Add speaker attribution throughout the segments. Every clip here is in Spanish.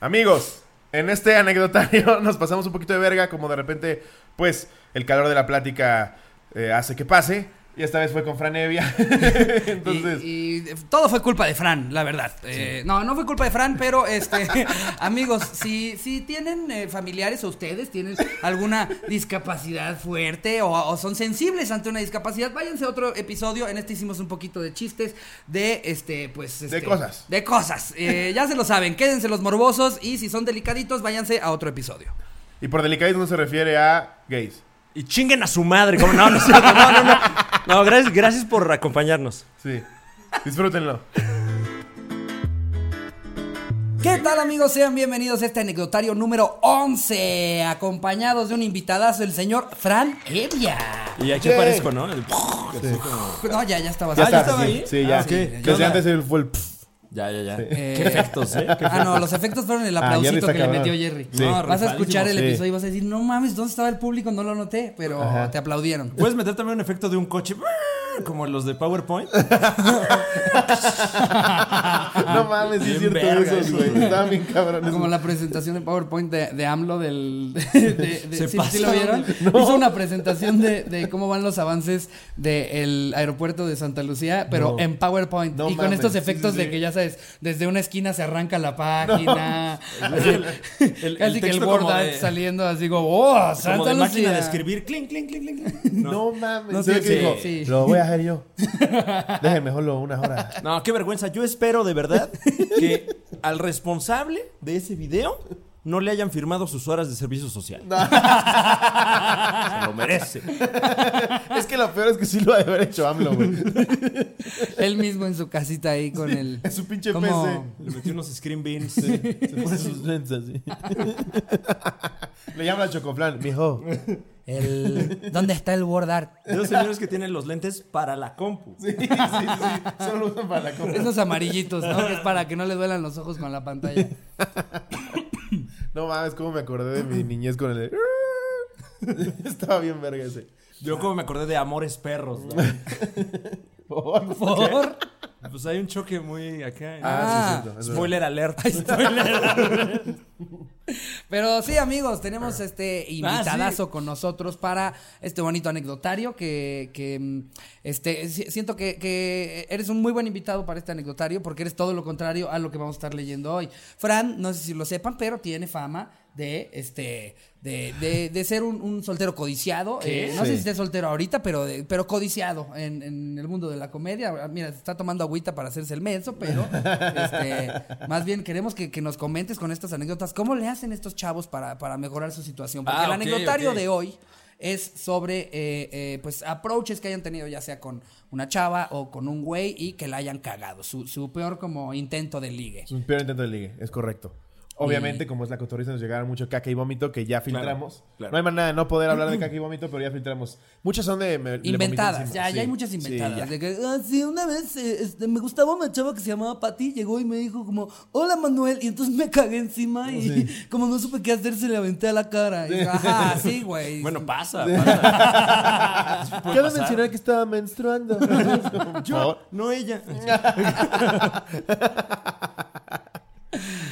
Speaker 1: Amigos, en este anecdotario nos pasamos un poquito de verga, como de repente, pues, el calor de la plática eh, hace que pase. Y esta vez fue con Fran Evia. Entonces,
Speaker 2: Y, y todo fue culpa de Fran, la verdad. Eh, no, no fue culpa de Fran, pero este, amigos, si, si tienen eh, familiares o ustedes tienen alguna discapacidad fuerte o, o son sensibles ante una discapacidad, váyanse a otro episodio. En este hicimos un poquito de chistes de este, pues. este,
Speaker 1: cosas.
Speaker 2: De cosas. Eh, ya se lo saben, quédense los morbosos y si son delicaditos, váyanse a otro episodio.
Speaker 1: y por delicadez no se refiere a gays.
Speaker 3: Y chinguen a su madre. ¿cómo? No, no, es cierto, no, no, no. No, gracias, gracias por acompañarnos.
Speaker 1: Sí. Disfrútenlo.
Speaker 3: Ah,
Speaker 2: ¿Qué tal amigos? Sean bienvenidos a este anecdotario número 11, acompañados de un invitadazo, el señor Fran Evia.
Speaker 3: Y aquí
Speaker 1: Yay.
Speaker 3: aparezco, ¿no? El-
Speaker 2: No, ya, ya estaba.
Speaker 3: Ya
Speaker 2: Ah, estaba-
Speaker 3: está.
Speaker 1: sí,
Speaker 3: estaba ahí?
Speaker 1: Sí, ya.
Speaker 3: Ah, ok. ¿Qué
Speaker 1: Desde
Speaker 3: onda?
Speaker 1: antes él fue el...
Speaker 3: Ya, ya, ya.
Speaker 2: Eh,
Speaker 3: Qué efectos, ¿eh? Qué
Speaker 2: Ah, no, los efectos fueron el
Speaker 1: Ah, Jerry
Speaker 2: aplausito
Speaker 1: está
Speaker 2: que le
Speaker 1: cabrón.
Speaker 2: metió Jerry.
Speaker 3: Sí.
Speaker 2: No, vas a
Speaker 3: Rifadísimo,
Speaker 2: escuchar el
Speaker 1: sí.
Speaker 2: episodio y vas a decir, no mames, ¿dónde estaba el público? No lo noté, pero te aplaudieron.
Speaker 3: Puedes meter también un efecto de un coche como los de PowerPoint.
Speaker 1: no mames, sí es
Speaker 3: Bien
Speaker 1: cierto
Speaker 3: verga Ah,
Speaker 1: esos,
Speaker 3: eso,
Speaker 1: güey.
Speaker 3: güey.
Speaker 1: Estaban bien cabrones.
Speaker 2: Como la presentación de PowerPoint de, de AMLO del... de- de-
Speaker 3: Se
Speaker 2: ¿sí- sí lo
Speaker 3: pasó.
Speaker 2: vieron? Hizo una presentación de, de cómo van los avances del aeropuerto de Santa Lucía, pero en PowerPoint.
Speaker 1: No
Speaker 2: y con
Speaker 1: mames,
Speaker 2: estos
Speaker 1: sí,
Speaker 2: efectos
Speaker 1: sí, sí.
Speaker 2: de que, ya sabes, desde una esquina se arranca la página. así, casi
Speaker 3: el
Speaker 2: que el
Speaker 3: texto
Speaker 2: Word
Speaker 3: como
Speaker 2: Art
Speaker 3: de-
Speaker 2: saliendo así digo, ¡oh, Santa
Speaker 3: Como de máquina
Speaker 2: Lucía!
Speaker 3: de escribir. Clink, clink, clink, clink. clink.
Speaker 1: No, mames.
Speaker 2: No,
Speaker 1: ¿Sabes qué
Speaker 2: sí, sí,
Speaker 1: dijo?
Speaker 2: sí.
Speaker 1: Lo voy a hacer yo. Dejen mejorlo unas horas.
Speaker 3: No, qué vergüenza. Yo espero de verdad que al responsable de ese video no le hayan firmado sus horas de servicio social. Se lo merece.
Speaker 1: Es que lo peor es que sí lo ha de haber hecho AMLO, güey.
Speaker 2: Él mismo en su casita ahí con el.
Speaker 1: Es un pinche
Speaker 2: como-
Speaker 1: PC.
Speaker 3: Le metí unos screen beans.
Speaker 1: Se pone sus lentes así. Le llama a Chocoflan, mijo.
Speaker 2: El, ¿Dónde está el Word Art?
Speaker 3: De los señores que tienen los lentes para la compu.
Speaker 1: Sí, sí, sí. Solo usan para la compra.
Speaker 2: Esos amarillitos, ¿no? Que es para que no le duelan los ojos con la pantalla.
Speaker 1: No mames, cómo me acordé de mi niñez con el. de- Estaba bien verga ese.
Speaker 3: Yo como me acordé de Amores Perros. ¿no?
Speaker 1: Por favor.
Speaker 2: Por.
Speaker 3: Pues hay un choque muy acá. ¿no?
Speaker 1: Ah, sí, es cierto, es verdad.
Speaker 3: Spoiler alert.
Speaker 2: Pero sí, amigos, tenemos este invitadazo
Speaker 3: Ah,
Speaker 2: con nosotros para este bonito anecdotario que, que, mm, este, si- siento que, que eres un muy buen invitado para este anecdotario porque eres todo lo contrario a lo que vamos a estar leyendo hoy. Fran, no sé si lo sepan, pero tiene fama de este de, de- de ser un, un soltero codiciado. Eh, no sé
Speaker 1: Sí.
Speaker 2: si esté soltero ahorita, pero, de- pero codiciado en, en el mundo de la comedia. Ah, Mira, está tomando agüita para hacerse el menso, pero este, más bien queremos que, que nos comentes con estas anécdotas cómo le hacen estos chavos para, para mejorar su situación. Porque
Speaker 3: Ah,
Speaker 2: el
Speaker 3: ok,
Speaker 2: anecdotario
Speaker 3: ok.
Speaker 2: de hoy es sobre eh, eh, pues approaches que hayan tenido ya sea con una chava o con un güey y que la hayan cagado. Su, su peor como intento de ligue.
Speaker 1: Es un peor intento de ligue, es correcto. Obviamente, como es la cotorriza, nos llegaron mucho caca y vómito que ya filtramos.
Speaker 3: claro.
Speaker 1: No hay manera de no poder hablar de caca y vómito, pero ya filtramos. Muchas son de. me- le vomité
Speaker 2: Inventadas,
Speaker 1: encima.
Speaker 2: ya,
Speaker 1: Sí.
Speaker 2: ya hay muchas
Speaker 1: Sí,
Speaker 2: inventadas.
Speaker 1: ya.
Speaker 2: de que, "Ah, sí, una vez eh, este, me gustaba una chava que se llamaba Pati, llegó y me dijo como, hola Manuel, y entonces me cagué encima y como no supe qué hacer, se le aventé a la cara. Y, Ajá, sí, güey.
Speaker 3: Bueno, pasa. pasa. Puede
Speaker 1: Cabe
Speaker 3: pasar.
Speaker 1: mencionar que estaba menstruando. Por favor.
Speaker 3: Yo, no ella.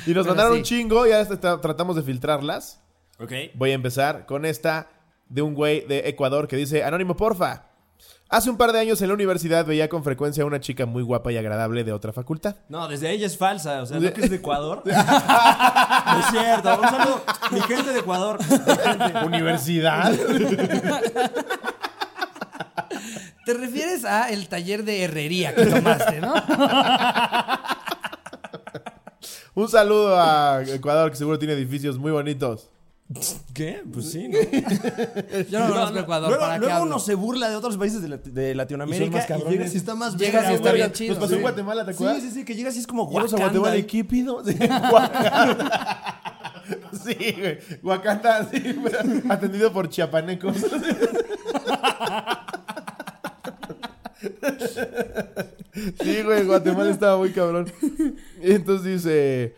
Speaker 1: Y nos
Speaker 2: Pero
Speaker 1: mandaron
Speaker 2: sí.
Speaker 1: un chingo y ahora está- tratamos de filtrarlas.
Speaker 3: Ok.
Speaker 1: Voy a empezar con esta de un güey de Ecuador que dice, Anónimo, porfa. Hace un par de años en la universidad veía con frecuencia a una chica muy guapa y agradable de otra facultad.
Speaker 3: No, desde ella es falsa. O sea, ¿no que es de Ecuador? no es cierto. Un saludo. Mi gente de Ecuador.
Speaker 1: ¿Universidad?
Speaker 2: Te refieres a el taller de herrería que tomaste, ¿no?
Speaker 1: un saludo a Ecuador que seguro tiene edificios muy bonitos.
Speaker 3: ¿Qué? Pues sí, ¿no?
Speaker 2: Yo no conozco Ecuador,
Speaker 3: luego
Speaker 2: ¿para qué
Speaker 3: luego
Speaker 2: hablo?
Speaker 3: uno se burla de otros países de, la- de
Speaker 1: Y son más
Speaker 3: Latinoamérica. Y,
Speaker 1: cabrones.
Speaker 3: llegas y está más
Speaker 2: Llegas
Speaker 3: verga,
Speaker 2: y está
Speaker 3: güey.
Speaker 2: bien chido,
Speaker 1: Nos pasó
Speaker 2: sí.
Speaker 1: en Guatemala, ¿te
Speaker 3: Sí,
Speaker 1: acuerdas?
Speaker 3: sí, sí, que llegas y es como
Speaker 1: Vamos a
Speaker 3: Wakanda.
Speaker 1: Guatemala y
Speaker 3: y-
Speaker 1: ¿qué pido? Sí, Wakanda. Sí, güey. Wakanda, sí, pero atendido por chiapanecos. Sí, güey, Guatemala estaba muy cabrón. Y entonces dice...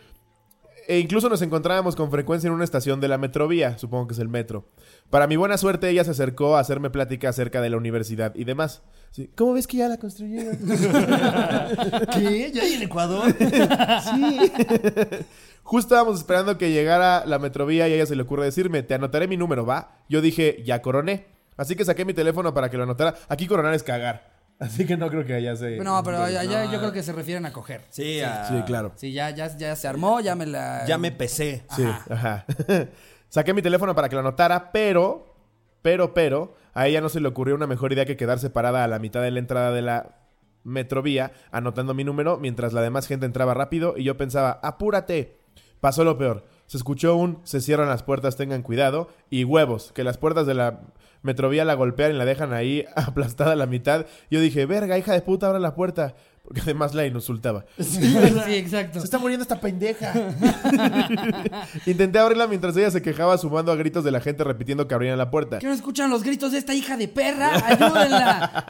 Speaker 1: E incluso nos encontrábamos con frecuencia en una estación de la metrovía, supongo que es el metro. Para mi buena suerte, ella se acercó a hacerme plática acerca de la universidad y demás.
Speaker 4: Sí. ¿Cómo ves que ya la construyeron?
Speaker 3: ¿Qué? ¿Ya hay en Ecuador?
Speaker 4: sí.
Speaker 1: Justo estábamos esperando que llegara la metrovía y a ella se le ocurre decirme, te anotaré mi número, ¿va? Yo dije, ya coroné. Así que saqué mi teléfono para que lo anotara. Aquí coronar es cagar. Así que no creo que allá se...
Speaker 2: No, pero allá yo creo que se refieren a coger.
Speaker 3: Sí, ah,
Speaker 4: Sí, claro.
Speaker 2: Sí, ya, ya, ya se armó, ya me la.
Speaker 3: Ya me pesé.
Speaker 1: Sí, ajá. Saqué mi teléfono para que lo anotara, pero, pero, pero, a ella no se le ocurrió una mejor idea que quedarse parada a la mitad de la entrada de la metrovía, anotando mi número, mientras la demás gente entraba rápido y yo pensaba, apúrate. Pasó lo peor. Se escuchó un se cierran las puertas, tengan cuidado, y huevos, que las puertas de la metrovía la golpean y la dejan ahí aplastada a la mitad. Yo dije, verga, hija de puta, abre la puerta. Porque además la insultaba.
Speaker 2: sí, exacto.
Speaker 1: Se está muriendo esta pendeja. Intenté abrirla mientras ella se quejaba sumando a gritos de la gente repitiendo que abrieran la puerta.
Speaker 2: ¿Que no escuchan los gritos de esta hija de perra? ¡Ayúdenla!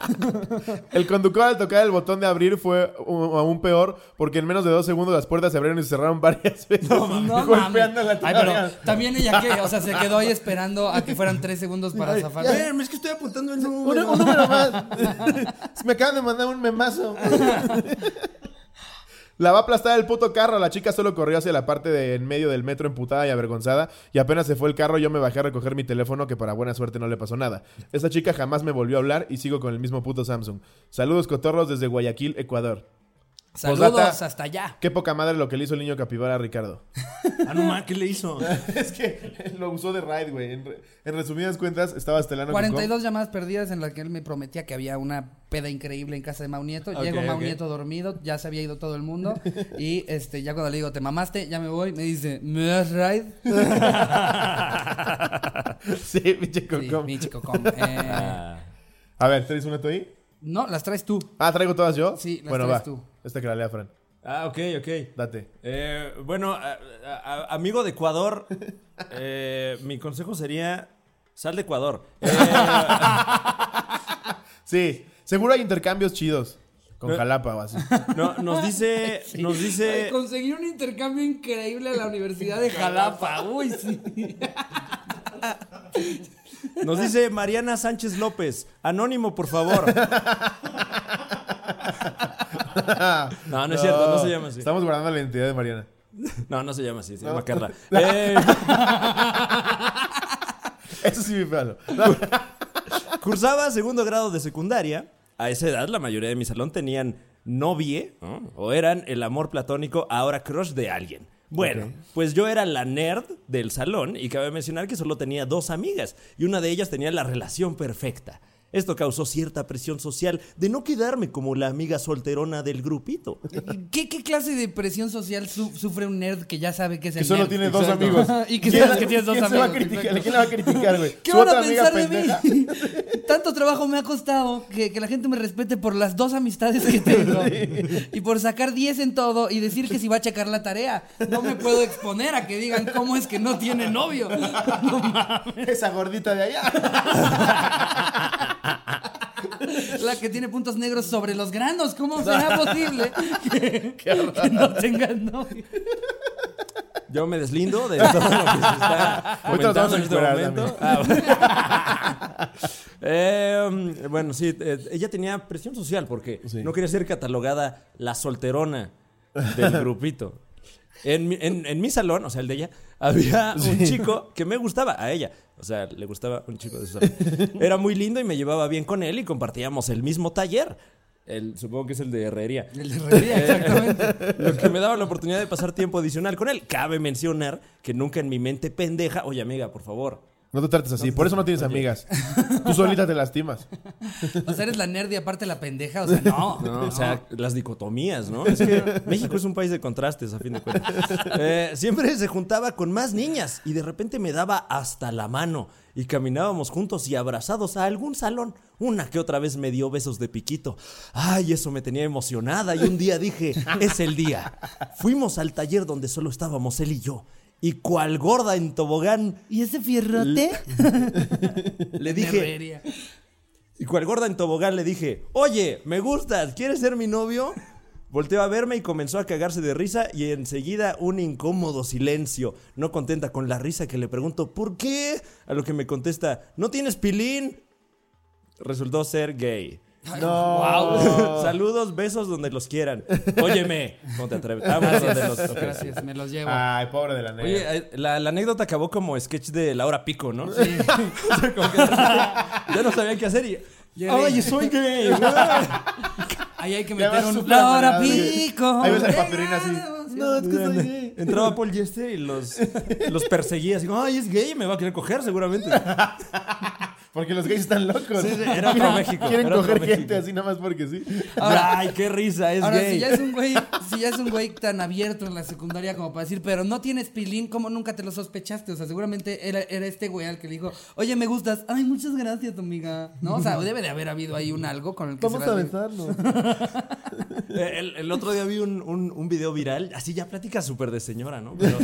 Speaker 1: El conductor al tocar el botón de abrir fue u- aún peor porque en menos de dos segundos las puertas se abrieron y se cerraron varias veces.
Speaker 2: No
Speaker 1: golpeando la
Speaker 2: mames. Ay, pero
Speaker 1: todavía.
Speaker 2: también ella que, o sea, se quedó ahí esperando a que fueran tres segundos para zafar.
Speaker 3: Espérame, es que estoy apuntando el
Speaker 1: Un,
Speaker 3: número.
Speaker 1: un número más. Me acaban de mandar un memazo. La va a aplastar el puto carro. La chica solo corrió hacia la parte de en medio del metro emputada y avergonzada. Y apenas se fue el carro, yo me bajé a recoger mi teléfono, que para buena suerte no le pasó nada. Esa chica jamás me volvió a hablar y sigo con el mismo puto Samsung. Saludos cotorros desde Guayaquil, Ecuador.
Speaker 2: Saludos
Speaker 1: Posdata.
Speaker 2: hasta allá.
Speaker 1: Qué poca madre Pues lo que le hizo el niño capibara a Ricardo.
Speaker 3: Ah, no ma, ¿qué le hizo?
Speaker 1: es que lo usó de ride, güey. En, re- en resumidas cuentas, estaba estelando con-
Speaker 2: 42 llamadas perdidas en las que él me prometía que había una peda increíble en casa de Maunieto.
Speaker 1: Ok,
Speaker 2: Llego
Speaker 1: ok.
Speaker 2: Maunieto dormido, ya se había ido todo el mundo. Y este, ya cuando le digo, te mamaste, ya me voy, me dice, ¿me das ride?
Speaker 1: sí, pinche
Speaker 2: Sí,
Speaker 1: cocom.
Speaker 2: mi chico, com. Eh,
Speaker 1: A ver, ¿traes una tú ahí?
Speaker 2: no, las traes tú.
Speaker 1: Ah, ¿traigo todas yo?
Speaker 2: Sí, las
Speaker 1: bueno,
Speaker 2: traes
Speaker 1: va.
Speaker 2: tú.
Speaker 1: Esta que la lea, Fran.
Speaker 3: Ah, ok, ok.
Speaker 1: Date.
Speaker 3: Eh, bueno, a- a- a- amigo de Ecuador, eh, mi consejo sería, sal de Ecuador. Eh,
Speaker 1: Sí, seguro hay intercambios chidos. Con Jalapa o así.
Speaker 3: no, nos dice, nos dice,
Speaker 2: Conseguí un intercambio increíble a la Universidad de Jalapa. Uy, sí.
Speaker 3: nos dice Mariana Sánchez López, anónimo, por favor. No, no es cierto, no se llama así.
Speaker 1: Estamos guardando la identidad de Mariana.
Speaker 3: No, no se llama así, se
Speaker 1: No.
Speaker 3: llama Carla. Eh,
Speaker 1: Eso sí me falo.
Speaker 3: Cursaba segundo grado de secundaria. A esa edad, la mayoría de mi salón tenían novie ¿no? o eran el amor platónico, ahora crush de alguien. Bueno, pues yo era la nerd del salón y cabe mencionar que solo tenía dos amigas y una de ellas tenía la relación perfecta. Esto causó cierta presión social de no quedarme como la amiga solterona del grupito.
Speaker 2: ¿Qué, qué clase de presión social su- sufre un nerd que ya sabe que es el
Speaker 1: Que solo
Speaker 2: nerd?
Speaker 1: tiene dos
Speaker 2: Exacto.
Speaker 1: amigos.
Speaker 2: y que
Speaker 1: ¿Quién-
Speaker 2: sabes que tienes dos
Speaker 1: quién se va a
Speaker 2: amigos.
Speaker 1: criticar? ¿Quién la va a criticar, güey?
Speaker 2: ¿Qué
Speaker 1: ¿Su
Speaker 2: van a
Speaker 1: otra amiga
Speaker 2: pensar de
Speaker 1: pendeja?
Speaker 2: mí? Tanto trabajo me ha costado que, que la gente me respete por las dos amistades que tengo. Y por sacar 10 en todo y decir que si va a checar la tarea. No me puedo exponer a que digan cómo es que no tiene novio.
Speaker 1: Esa gordita de allá.
Speaker 2: La que tiene puntos negros sobre los granos. ¿Cómo será posible que, que no tengan novio?
Speaker 3: Yo me deslindo de todo lo que se está
Speaker 1: Ahorita nos vamos
Speaker 3: comentando
Speaker 1: a
Speaker 3: en este
Speaker 1: recuperar
Speaker 3: momento. Ah, bueno. Eh, bueno, sí, eh, ella tenía presión social porque no quería ser catalogada la solterona del grupito. En mi, en- en mi salón, o sea, el de ella, había un chico que me gustaba a ella. O sea, le gustaba un chico de su salón. Era muy lindo y me llevaba bien con él y compartíamos el mismo taller. El, supongo que es el de herrería.
Speaker 2: El de Revilla, exactamente.
Speaker 3: Lo que me daba la oportunidad de pasar tiempo adicional con él. Cabe mencionar que nunca en mi mente pendeja, oye amiga, por favor.
Speaker 1: No te trates así, por eso no tienes amigas. Tú solita te lastimas.
Speaker 2: O sea, eres la nerd y aparte la pendeja. O sea, no.
Speaker 3: No, o sea, las dicotomías, ¿no? Es que México es un país de contrastes, a fin de cuentas. Eh, siempre se juntaba con más niñas y de repente me daba hasta la mano y caminábamos juntos y abrazados a algún salón. Una que otra vez me dio besos de piquito. Ay, eso me tenía emocionada y un día dije, es el día. Fuimos al taller donde solo estábamos él y yo. Y cual gorda en tobogán
Speaker 2: ¿Y ese fierrote?
Speaker 3: Le dije,
Speaker 2: Herrería.
Speaker 3: y cual gorda en tobogán le dije, oye, me gustas, ¿quieres ser mi novio? Volteó a verme y comenzó a cagarse de risa y enseguida un incómodo silencio. No contenta con la risa que le pregunto, ¿por qué? A lo que me contesta, ¿no tienes pilín? Resultó ser gay.
Speaker 1: No.
Speaker 2: Oh.
Speaker 3: Wow. Saludos, besos donde los quieran. Óyeme, no te atreves. Vamos donde los
Speaker 2: Gracias, gracias, me los llevo.
Speaker 1: Ay, pobre de la negra.
Speaker 3: Oye, eh, la, la anécdota acabó como sketch de la hora pico, ¿no? Sí. como que ya no sabían qué hacer y.
Speaker 2: Ya
Speaker 3: ¡Ay,
Speaker 2: vi.
Speaker 3: soy gay!
Speaker 2: Ahí hay que
Speaker 1: Ya
Speaker 2: meter
Speaker 1: vas
Speaker 2: un.
Speaker 1: súper
Speaker 2: La hora
Speaker 1: amarrado, güey.
Speaker 2: pico.
Speaker 1: Ahí ves al papirrín así.
Speaker 3: No, es que soy gay. Entraba Paul Yester y los, los perseguía. Así como, ¡ay, es gay! Me va a querer coger seguramente.
Speaker 1: Porque los gays están locos.
Speaker 3: Sí, sí, era otro México.
Speaker 1: Quieren
Speaker 3: era otro
Speaker 1: coger
Speaker 3: México.
Speaker 1: gente así nada más porque sí.
Speaker 3: ¡Ay, qué risa! Es
Speaker 2: Ahora,
Speaker 3: gay.
Speaker 2: si ya es un güey, si ya es un güey tan abierto en la secundaria como para decir, pero no tienes pilín, ¿cómo nunca te lo sospechaste? O sea, seguramente era, era este güey al que le dijo, oye, me gustas, ay, muchas gracias, amiga. ¿No? O sea, debe de haber habido ahí un algo con el que
Speaker 4: Vamos
Speaker 2: se
Speaker 4: a
Speaker 2: las-
Speaker 4: besarnos.
Speaker 3: Eh, El, el otro día vi un, un- un video viral, así ya plática súper de señora, ¿no? Pero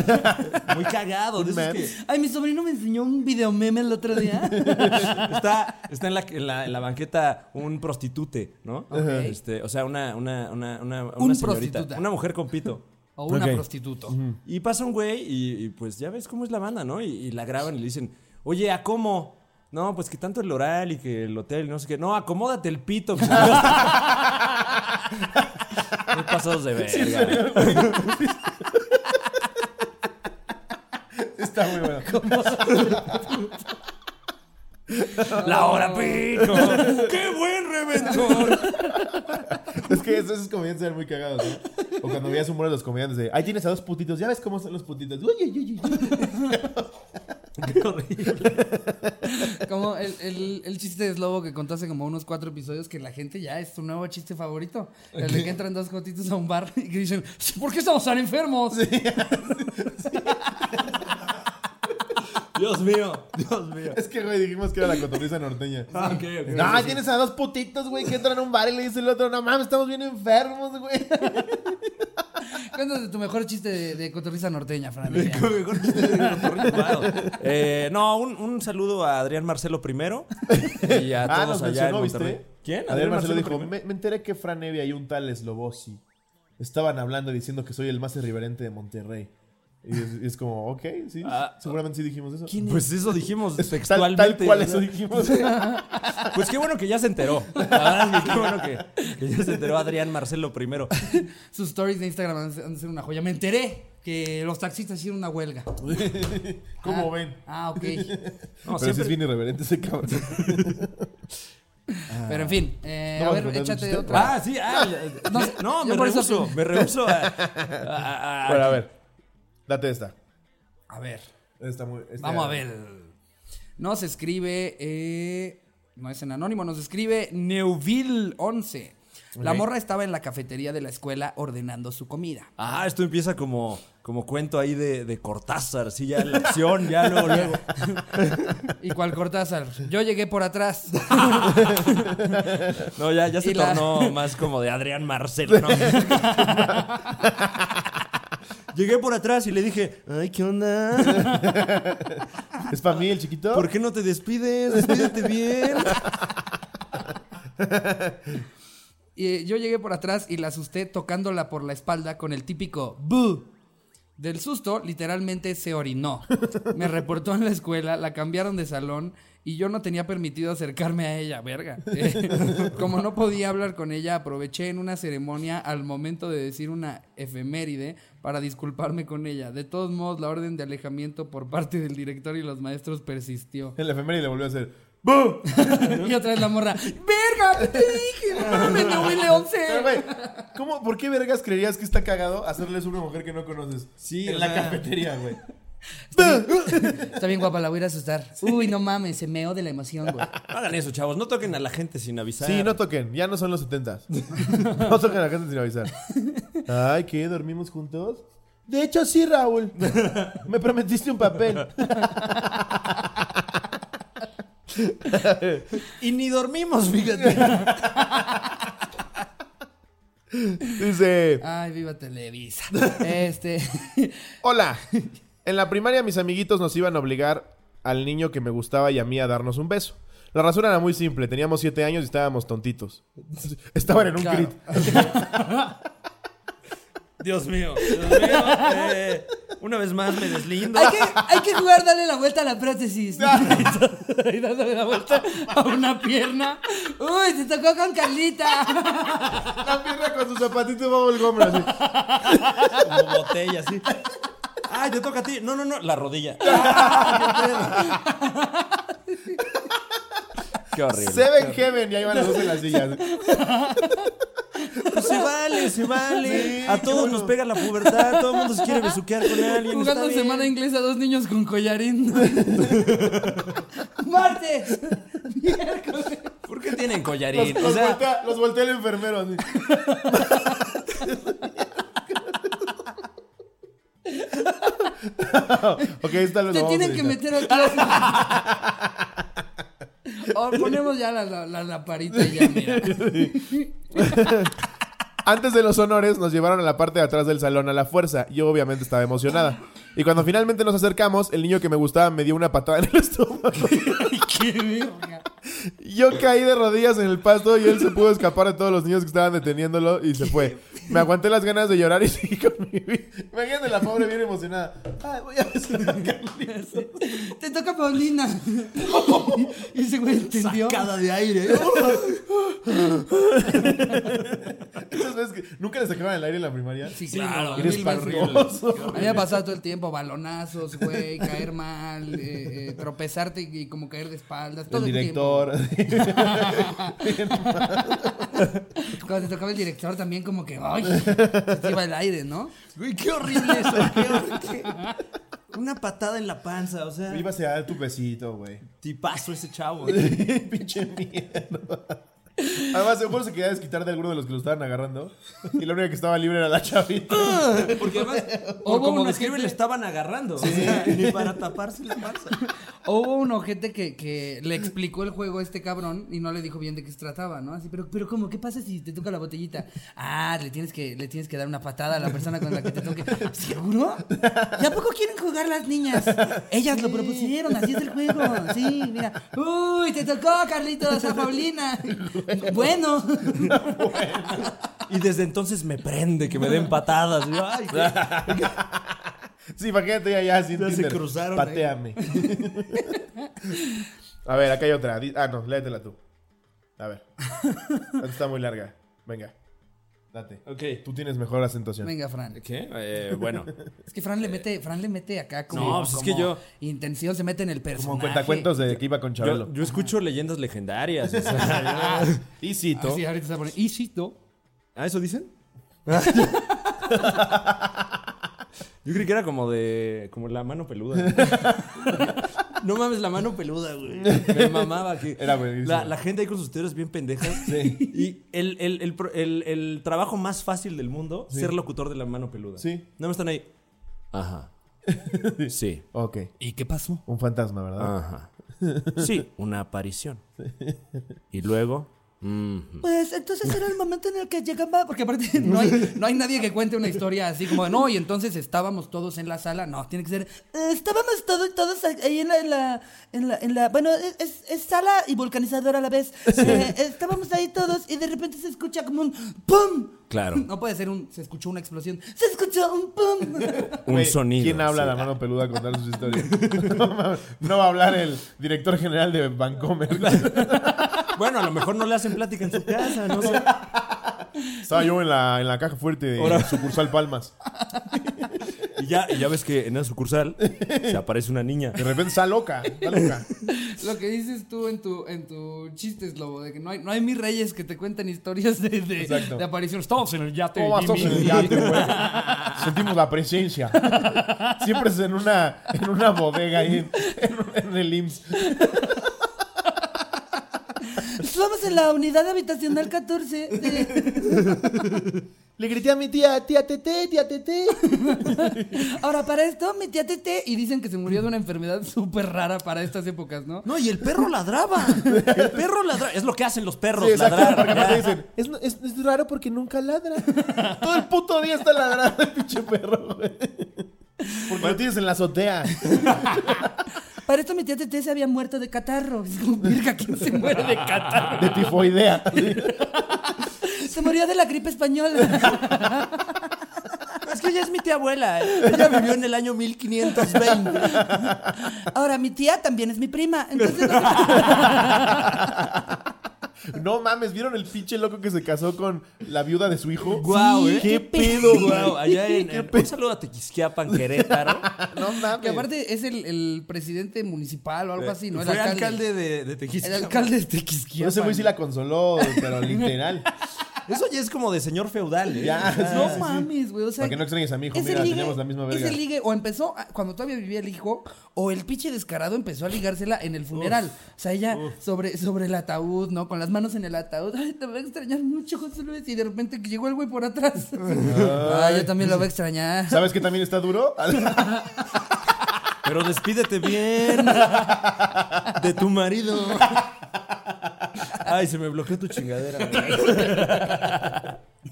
Speaker 3: muy cagado. de esos
Speaker 1: meme.
Speaker 3: que
Speaker 2: Ay, mi sobrino me enseñó un video meme el otro día.
Speaker 3: está está en, la, en la- en la banqueta un prostitute, ¿no? Este, o sea, una, una, una, una, una
Speaker 2: Un
Speaker 3: señorita.
Speaker 2: prostituta.
Speaker 3: Una mujer con pito.
Speaker 2: O una
Speaker 1: Ok.
Speaker 2: prostituto.
Speaker 3: Y pasa un güey y, y, pues ya ves cómo es la banda, ¿no? Y, y la graban y le dicen, oye, ¿a cómo? No, pues que tanto el oral y que el hotel y no sé qué. No, acomódate el pito. pues". Muy pasados de verga.
Speaker 1: Está muy bueno.
Speaker 3: La hora pico. ¡Qué buen reventón!
Speaker 1: Es que esos esos comediantes eran muy cagados, ¿no? O cuando veías un muro de los comediantes de, ahí tienes a dos putitos, ya ves cómo son los putitos. Uy, uy, uy, uy.
Speaker 2: Como el, el- el chiste de Slobo que contó hace como unos cuatro episodios que la gente ya es su nuevo chiste favorito. El de que entran dos gotitos a un bar y que dicen, ¿por qué estamos tan enfermos?
Speaker 3: Dios mío, Dios mío.
Speaker 1: Es que, güey, dijimos que era la cotorriza norteña.
Speaker 3: Ah, ok, ok.
Speaker 1: No, tienes a dos putitos, güey, que entran a un bar y le dice el otro, no mames, estamos bien enfermos, güey.
Speaker 2: Cuéntanos tu mejor chiste de, de cotorriza norteña, Fran. ya.
Speaker 3: Qué mejor chiste de Cotorrito Dorado. Eh, no, un, un saludo a Adrián Marcelo primero y a
Speaker 1: Ah,
Speaker 3: todos
Speaker 1: nos
Speaker 3: allá en
Speaker 1: mencionó,
Speaker 3: Monterrey.
Speaker 1: ¿viste?
Speaker 3: ¿Quién?
Speaker 1: Adrián Marcelo dijo,
Speaker 3: primero?
Speaker 1: me, me enteré que Fran Evia y un tal Slobosi estaban hablando y diciendo que soy el más irreverente de Monterrey. Y es, y es como, ok, sí,
Speaker 3: Ah,
Speaker 1: seguramente sí dijimos eso.
Speaker 3: Pues eso dijimos
Speaker 1: Es tal,
Speaker 3: textualmente.
Speaker 1: tal cual
Speaker 3: ¿no?
Speaker 1: eso dijimos.
Speaker 3: Pues qué bueno que ya se enteró. La verdad es que qué bueno que, que ya se enteró Adrián Marcelo primero.
Speaker 2: Sus stories de Instagram han, han de ser una joya. Me enteré que los taxistas hicieron una huelga.
Speaker 1: ¿Cómo
Speaker 2: Ah,
Speaker 1: ven?
Speaker 2: Ah, ok.
Speaker 3: No,
Speaker 1: Pero sí es
Speaker 3: siempre-
Speaker 1: bien irreverente ese cabrón.
Speaker 2: Pero en fin, eh,
Speaker 1: No,
Speaker 2: a
Speaker 1: vas a este
Speaker 2: ver,
Speaker 1: contar un
Speaker 2: échate
Speaker 1: chiste.
Speaker 2: otra.
Speaker 3: Ah, sí, ah,
Speaker 2: No,
Speaker 3: no, no,
Speaker 2: yo
Speaker 3: me
Speaker 2: por eso-
Speaker 3: rehuso, me rehuso a, a- a-
Speaker 1: Bueno, a ver, date esta.
Speaker 2: A ver,
Speaker 1: Esta muy- esta-
Speaker 2: vamos a ver. Nos escribe, eh, no es en anónimo, nos escribe Neuville11. La
Speaker 1: Ok.
Speaker 2: morra estaba en la cafetería de la escuela ordenando su comida.
Speaker 3: Ah, esto empieza como, como cuento ahí de, de Cortázar, sí, ya la acción, ya luego, luego.
Speaker 2: Y cual Cortázar, yo llegué por atrás.
Speaker 3: No, ya, ya se
Speaker 2: Y la-
Speaker 3: tornó más como de Adrián Marcelo. ¿no? Llegué por atrás y le dije, ay, ¿qué onda?
Speaker 1: ¿Es para mí el chiquito?
Speaker 3: ¿Por qué no te despides? Despídete bien.
Speaker 2: Y eh, yo llegué por atrás y la asusté tocándola por la espalda con el típico bu. Del susto, literalmente se orinó. Me reportó en la escuela, la cambiaron de salón y yo no tenía permitido acercarme a ella, verga. Eh, como no podía hablar con ella, aproveché en una ceremonia al momento de decir una efeméride para disculparme con ella. De todos modos, la orden de alejamiento por parte del director y los maestros persistió.
Speaker 1: En la efeméride le volvió a hacer ¡Bu!
Speaker 2: Y otra vez la morra, ¡verga! ¿qué te dije? ¡No mames, no, Will Once!
Speaker 1: Pero, güey, ¿cómo, ¿por qué vergas creerías que está cagado hacerles una mujer que no conoces?
Speaker 3: Sí,
Speaker 1: en
Speaker 3: o
Speaker 1: la
Speaker 3: sea-
Speaker 1: cafetería, güey.
Speaker 2: Está bien guapa, la voy a ir a asustar. Uy, no mames, se meo de la emoción, güey.
Speaker 3: No hagan eso, chavos. No toquen a la gente sin avisar.
Speaker 1: Sí, no toquen, ya no son los 70 No toquen a la gente sin avisar. Ay, ¿qué? ¿Dormimos juntos? De hecho, sí, Raúl. Me prometiste un papel.
Speaker 3: Y ni dormimos, fíjate.
Speaker 1: Dice:
Speaker 2: Ay, viva Televisa. Este.
Speaker 1: Hola. En la primaria, mis amiguitos nos iban a obligar al niño que me gustaba y a mí a darnos un beso. La razón era muy simple: teníamos 7 años y estábamos tontitos. Estaban en un
Speaker 2: Claro.
Speaker 1: crit.
Speaker 3: Dios mío, Dios mío. eh, una vez más me deslindo.
Speaker 2: Hay que, hay que jugar, darle la vuelta a la prótesis. y dándole la vuelta a una pierna. Uy, se tocó con Carlita.
Speaker 1: La pierna con su zapatito Bubble Gum, así.
Speaker 3: Como botella, así. Ah, te toca a ti. No, no, no, la rodilla. Qué horrible.
Speaker 1: Seven Heaven, y ahí van las dos en las sillas.
Speaker 3: Pues se vale, se vale.
Speaker 1: Sí,
Speaker 3: a
Speaker 1: qué
Speaker 3: todos
Speaker 1: bueno.
Speaker 3: nos pega la pubertad, todo el mundo se quiere besuquear con alguien.
Speaker 2: Jugando
Speaker 3: está
Speaker 2: semana
Speaker 3: bien.
Speaker 2: inglesa a dos niños con collarín. Martes. Miércoles.
Speaker 3: ¿Por qué tienen
Speaker 1: Los,
Speaker 3: collarín?
Speaker 1: los
Speaker 3: O sea,
Speaker 1: voltea, los voltea el enfermero así. ok, esta lo
Speaker 2: Te
Speaker 1: vamos a
Speaker 2: tienen que
Speaker 1: editar.
Speaker 2: meter aquí. O Oh, ponemos ya la, la, la laparita y ya, mira.
Speaker 1: Antes de los honores, nos llevaron a la parte de atrás del salón a la fuerza. Yo obviamente estaba emocionada. Y cuando finalmente nos acercamos, el niño que me gustaba me dio una patada en el estómago. Yo caí de rodillas en el pasto y él se pudo escapar de todos los niños que estaban deteniéndolo y se fue. Me aguanté las ganas de llorar y seguí con mi vida. Imagínate la pobre bien emocionada. Ay, voy a besar a Carlitos.
Speaker 2: Te toca Paulina. Y ese güey entendió.
Speaker 3: Sacada de aire.
Speaker 1: Esas veces que nunca les sacaban el aire en la primaria.
Speaker 2: Sí,
Speaker 3: Claro,
Speaker 2: claro,
Speaker 1: Eres
Speaker 2: mil veces.
Speaker 1: parroso.
Speaker 2: A mí me ha pasado todo el tiempo balonazos, güey, caer mal, eh, eh, tropezarte y, y como caer de espaldas, todo
Speaker 1: El
Speaker 2: el,
Speaker 1: director.
Speaker 2: tiempo. Cuando te tocaba el director también como que, ay, se te iba el aire, ¿no?
Speaker 3: Güey, qué horrible eso. Qué horrible. Una patada en la panza, o sea.
Speaker 1: Iba a dar tu besito, güey.
Speaker 3: Tipazo ese chavo. eh.
Speaker 1: Pinche mierda. Además, seguro se quería desquitar de alguno de los que lo estaban agarrando. Y la única que estaba libre era la chavita.
Speaker 3: Porque además,
Speaker 2: Hubo
Speaker 3: por como
Speaker 2: una
Speaker 3: describe,
Speaker 2: gente-
Speaker 3: le estaban agarrando. O sea, ni para taparse la panza.
Speaker 2: O hubo un ojete que, que le explicó el juego a este cabrón y no le dijo bien de qué se trataba, ¿no? Así, pero, pero ¿cómo? ¿Qué pasa si te toca la botellita? Ah, le tienes que, le tienes que dar una patada a la persona con la que te toque. ¿Seguro? ¿Y a poco quieren jugar las niñas? Ellas lo propusieron, así es el juego. Sí, mira. Uy, te tocó, Carlitos, a Paulina. Bueno.
Speaker 3: Y desde entonces me prende que me den patadas. Yo, ay, qué-
Speaker 1: Sí, imagínate allá sin
Speaker 3: Ya se
Speaker 1: Tinder.
Speaker 3: cruzaron, eh.
Speaker 1: Pateame. A ver, acá hay otra. Di- Ah, no, léetela tú. A ver. Esta está muy larga. Venga. Date.
Speaker 3: Ok.
Speaker 1: Tú tienes mejor acentuación.
Speaker 2: Venga, Fran.
Speaker 3: ¿Qué? Eh, bueno.
Speaker 2: Es que Fran le mete, Fran le mete acá como,
Speaker 3: No, pues es que
Speaker 2: como
Speaker 3: yo-
Speaker 2: intención, se mete en el personaje.
Speaker 1: Como cuentacuentos de que iba con Chabelo.
Speaker 3: Yo, yo escucho leyendas legendarias. o sea, yo-
Speaker 1: Y cito.
Speaker 2: Así, ahorita está poniendo. Y cito.
Speaker 3: ¿Ah, eso dicen? Yo creí que era como de. como la mano peluda. No mames, la mano peluda, güey. Me mamaba que.
Speaker 1: Era buenísimo.
Speaker 3: la, la gente ahí con sus teorías bien pendejas. Y el, el- el pro- el- el trabajo más fácil del mundo, ser locutor de la mano peluda.
Speaker 1: Sí.
Speaker 3: No me están ahí. Ajá. Sí.
Speaker 1: Ok.
Speaker 2: ¿Y qué pasó?
Speaker 1: Un fantasma, ¿verdad?
Speaker 3: Ajá. Sí, una aparición. Y luego. mm, ujú.
Speaker 2: Pues entonces era el momento en el que llegaba, porque aparte no hay, no hay nadie que cuente una historia así como, de, no, y entonces estábamos todos en la sala, no, tiene que ser, "Eh, estábamos todos, todos ahí en la, en la, en la, en la- bueno, es, es- es sala y vulcanizador a la vez, Eh, estábamos ahí todos y de repente se escucha como un ¡pum!
Speaker 3: Claro.
Speaker 2: No puede ser un, se escuchó una explosión, se escuchó un ¡pum!
Speaker 3: Un
Speaker 1: Güey,
Speaker 3: sonido.
Speaker 1: ¿Quién habla
Speaker 3: sí.
Speaker 1: la mano peluda a contar sus historias? No, mames, no va a hablar el director general de Vancomer.
Speaker 3: Bueno, a lo mejor no le hacen plática en su casa, no sé.
Speaker 1: Estaba yo en la, en la caja fuerte de
Speaker 3: Ahora-
Speaker 1: sucursal Palmas.
Speaker 3: Y ya, y ya ves que en la sucursal se aparece una niña.
Speaker 1: De repente está loca. Está loca.
Speaker 2: Lo que dices tú en tu, en tu chiste, Slobo, de que no hay, no hay mis reyes que te cuenten historias de, de,
Speaker 1: Exacto.
Speaker 2: de apariciones. Todos en el yate.
Speaker 1: ¿Cómo vas todos en
Speaker 2: Jimmy.
Speaker 1: el yate, güey? Sentimos la presencia. Siempre es en una, en una bodega ahí, en, en- en el IMSS.
Speaker 2: Estamos Pues en la unidad habitacional 14. de-
Speaker 4: Le grité a mi tía, tía Tete, tía Tete.
Speaker 2: Ahora, para esto, mi tía Tete. Y dicen que se murió de una enfermedad súper rara para estas épocas, ¿no?
Speaker 3: No, y el perro ladraba. El perro ladraba. Es lo que hacen los perros,
Speaker 1: Sí, exacto, porque
Speaker 3: ladrar.
Speaker 1: aparte
Speaker 3: ya.
Speaker 1: dicen,
Speaker 4: Es, es, es raro porque nunca ladra.
Speaker 1: todo el puto día está ladrando el pinche perro, güey. Porque lo tienes en la azotea.
Speaker 2: Para esto, mi tía Tete se había muerto de catarro. Es como, virga, ¿quién se muere de
Speaker 3: Ah.
Speaker 2: catarro?
Speaker 1: De tifoidea.
Speaker 2: Se murió de la gripe española.
Speaker 3: ella es mi tía abuela. Ella vivió en el año 1520.
Speaker 2: Ahora, mi tía también es mi prima. Entonces,
Speaker 1: No mames, ¿vieron el pinche loco que se casó con la viuda de su hijo?
Speaker 3: Guau, ¿eh?
Speaker 1: ¿Qué pedo,
Speaker 3: Guau,
Speaker 1: güey?
Speaker 3: allá en, en- un saludo a Tequisquiapan, Querétaro.
Speaker 1: No mames.
Speaker 2: que aparte es el, el presidente municipal o algo así, ¿no? El
Speaker 3: Eh, Fue
Speaker 2: alcalde.
Speaker 3: alcalde de, de
Speaker 2: El
Speaker 3: Tequisquiapan.
Speaker 2: alcalde de Tequisquiapan.
Speaker 1: Yo ese güey sí la consoló, pero literal.
Speaker 3: Eso ya es como de señor feudal, ¿eh?
Speaker 1: Ya.
Speaker 2: Pues No
Speaker 1: Sí, sí.
Speaker 2: mames, güey. O sea,
Speaker 1: Para que no extrañes a mi hijo,
Speaker 2: ese
Speaker 1: mira,
Speaker 2: ligue-
Speaker 1: tenemos la misma verga.
Speaker 2: Ese ligue o empezó a- cuando todavía vivía el hijo, o el pinche descarado empezó a ligársela en el funeral. o sea, ella sobre, sobre el ataúd, ¿no? Con las manos en el ataúd. Ay, te voy a extrañar mucho, José Luis. Y de repente que llegó el güey por atrás. Ay, yo también lo voy a extrañar.
Speaker 1: ¿Sabes qué también está duro?
Speaker 3: Pero despídete bien de tu marido. Ay, se me bloqueó tu chingadera.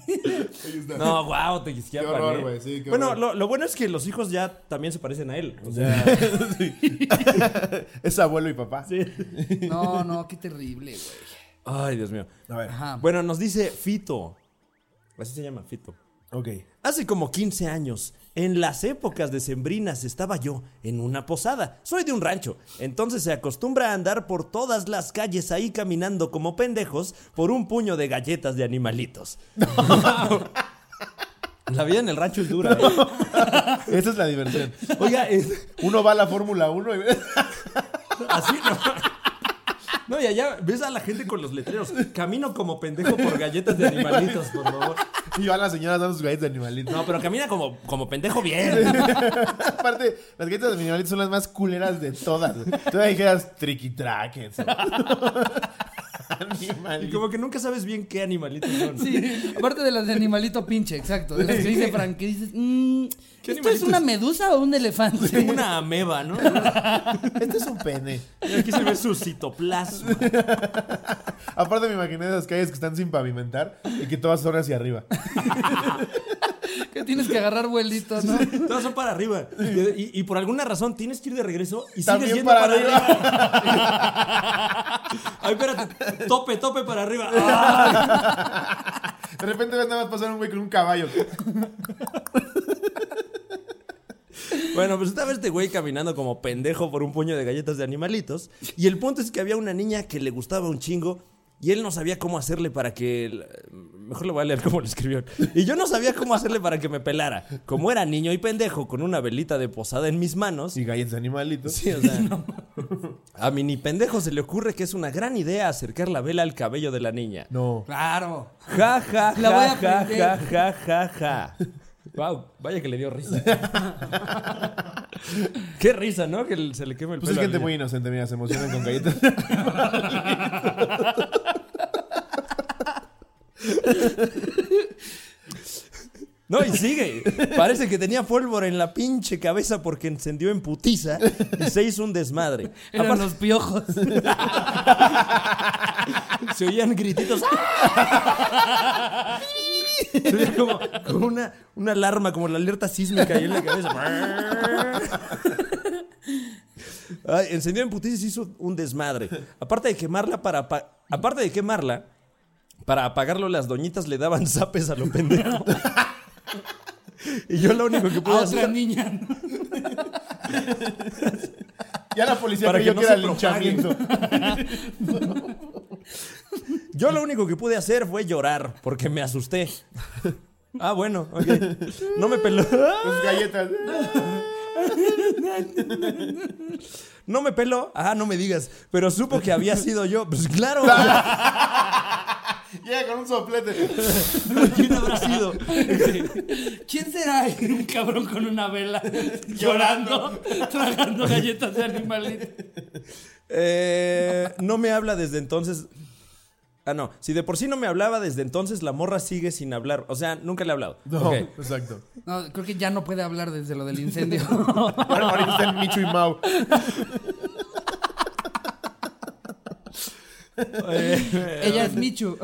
Speaker 3: güey. No, wow, te quisqueaba.
Speaker 1: Qué horror, güey, sí, qué
Speaker 3: bueno,
Speaker 1: horror.
Speaker 3: lo, lo bueno es que los hijos ya también se parecen a él. O sea,
Speaker 1: es abuelo y papá.
Speaker 2: No, no, qué terrible, güey.
Speaker 3: Ay, Dios mío.
Speaker 1: A ver.
Speaker 2: Ajá.
Speaker 3: Bueno, nos dice Fito. Así se llama, Fito.
Speaker 1: Ok.
Speaker 3: Hace como 15 años, en las épocas decembrinas, estaba yo en una posada. Soy de un rancho, entonces se acostumbra a andar por todas las calles ahí caminando como pendejos por un puño de galletas de animalitos. La vida en el rancho es dura. ¿eh?
Speaker 1: Esa es la diversión.
Speaker 3: Oiga, es-
Speaker 1: Uno va a la Fórmula 1 y...
Speaker 3: así no. No, y allá ves a la gente con los letreros. Camino como pendejo por galletas de animalitos, por favor.
Speaker 1: y van las señoras dando sus galletas de animalito.
Speaker 3: No, pero camina como, como pendejo bien.
Speaker 1: Aparte, las galletas de animalito son las más culeras de todas. Todavía dijeras triquitraques.
Speaker 3: Y
Speaker 1: Animalito.
Speaker 3: como que nunca sabes bien qué animalitos son.
Speaker 2: Sí, aparte de las de animalito pinche, exacto. De las que dice Frank, que dices, mm,
Speaker 3: ¿Qué
Speaker 2: ¿esto es
Speaker 3: animalito
Speaker 2: una
Speaker 3: es?
Speaker 2: medusa o un elefante?
Speaker 3: Como una ameba, ¿no?
Speaker 1: Este es un pene.
Speaker 3: Y aquí se ve su citoplasma.
Speaker 1: Aparte me imaginé esas calles que están sin pavimentar y que todas son hacia arriba.
Speaker 2: Que tienes que agarrar vuelito, ¿no?
Speaker 3: Todos son para arriba. Y, y- y por alguna razón tienes que ir de regreso y
Speaker 1: También
Speaker 3: sigues yendo
Speaker 1: para
Speaker 3: para, arriba. Ay, espérate. Tope, tope para arriba. Ah,
Speaker 1: De repente ves nada más pasar un güey con un caballo.
Speaker 3: Bueno, pues estaba este güey caminando como pendejo por un puño de galletas de animalitos. Y el punto es que había una niña que le gustaba un chingo. Y él no sabía cómo hacerle para que... el- Mejor lo voy a leer como lo escribió. Y yo no sabía cómo hacerle para que me pelara. Como era niño y pendejo, con una velita de posada en mis manos,
Speaker 1: Y galletas de animalito.
Speaker 3: Sí, o sea, a mi ni pendejo se le ocurre que es una gran idea acercar la vela al cabello de la niña.
Speaker 1: No.
Speaker 2: Claro.
Speaker 3: Ja, ja,
Speaker 2: La voy a
Speaker 3: ja, ja,
Speaker 2: aprender.
Speaker 3: ja, ja, ja, ja. Wow, vaya que le dio risa. Qué risa, ¿no? Que se le queme el
Speaker 1: Pues es
Speaker 3: pelo. a la
Speaker 1: gente
Speaker 3: niña.
Speaker 1: muy inocente, mira, se emocionan con galletas.
Speaker 3: No, y sigue. Parece que tenía pólvora en la pinche cabeza porque encendió en putiza y se hizo un desmadre.
Speaker 2: Eran
Speaker 3: Aparte,
Speaker 2: los piojos.
Speaker 3: se oían grititos. ¡Ah! Se oía como, como una, una alarma, como la alerta sísmica ahí en la cabeza. Ay, encendió en putiza y se hizo un desmadre. Aparte de quemarla para apa- aparte de quemarla, para apagarlo las doñitas le daban zapes a lo pendejo. Y yo lo único que
Speaker 2: A
Speaker 3: pude
Speaker 2: Ah, otra
Speaker 3: hacer
Speaker 2: niña. ¿no?
Speaker 1: Ya la policía
Speaker 3: Para
Speaker 1: creyó
Speaker 3: que
Speaker 1: que
Speaker 3: no
Speaker 1: era
Speaker 3: se propague.
Speaker 1: linchamiento.
Speaker 3: Yo lo único que pude hacer fue llorar porque me asusté. Ah, bueno, ok. No me peló.
Speaker 1: Sus galletas.
Speaker 3: No me peló. Ah, no me digas. Pero supo que había sido yo. Pues claro.
Speaker 1: Llega con un soplete.
Speaker 3: ¿Quién habrá sido?
Speaker 2: ¿Quién será? Era Un cabrón con una vela llorando, tragando galletas de animalito.
Speaker 3: Eh, no me habla desde entonces. Ah, no. Si de por sí no me hablaba desde entonces, la morra sigue sin hablar. O sea, nunca le he hablado.
Speaker 1: No,
Speaker 3: Ok.
Speaker 1: exacto.
Speaker 2: No, creo que ya no puede hablar desde lo del incendio.
Speaker 1: Ahora ahorita está en Micho y Mau.
Speaker 3: Eh,
Speaker 2: Ella es Michu.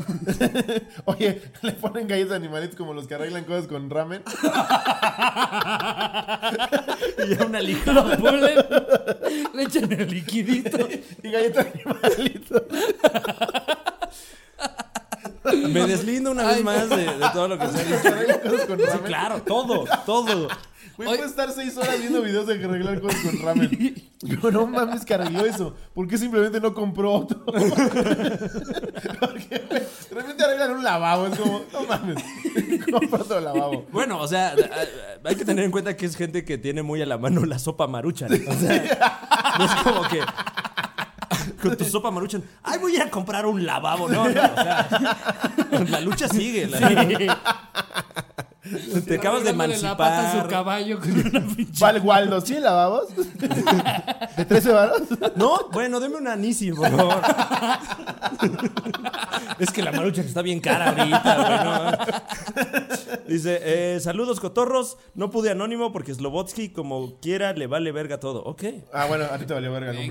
Speaker 1: Oye, le ponen galletas de animalitos como los que arreglan cosas con ramen.
Speaker 3: y ya una lija.
Speaker 2: Lo ponen, le echan el liquidito.
Speaker 1: Y galletas de animalitos.
Speaker 3: Me deslindo una vez más de, de todo lo que se ha dicho.
Speaker 1: Arregla cosas con
Speaker 3: Sí,
Speaker 1: ramen.
Speaker 3: claro, todo, todo.
Speaker 1: Güey,
Speaker 2: Hoy-
Speaker 1: puedo estar seis horas viendo videos de arreglar cosas con ramen. Yo, no mames, que arregló eso. ¿Por qué simplemente no compró otro? Porque, güey, de repente arreglan un lavabo. Es como, no mames, compra otro lavabo.
Speaker 3: Bueno, o sea, a- a- hay que tener en cuenta que es gente que tiene muy a la mano la sopa maruchan. O sea, no es como que con tu sopa maruchan, ay, voy a ir a comprar un lavabo. No, no, o sea, la lucha sigue. la- Te acabas de
Speaker 2: Arreglándole la pata a su
Speaker 3: emancipar.
Speaker 2: caballo con una pinche.
Speaker 1: Vale, Waldo, ¿sí lavabos? ¿De 13 varos?
Speaker 3: No, bueno, deme una Nisi, por favor. es que la marucha está bien cara ahorita, güey. no. Dice, eh, saludos cotorros, no pude anónimo porque Slobotsky como quiera le vale verga todo. Ok.
Speaker 1: Ah, bueno, a ti te valió verga en un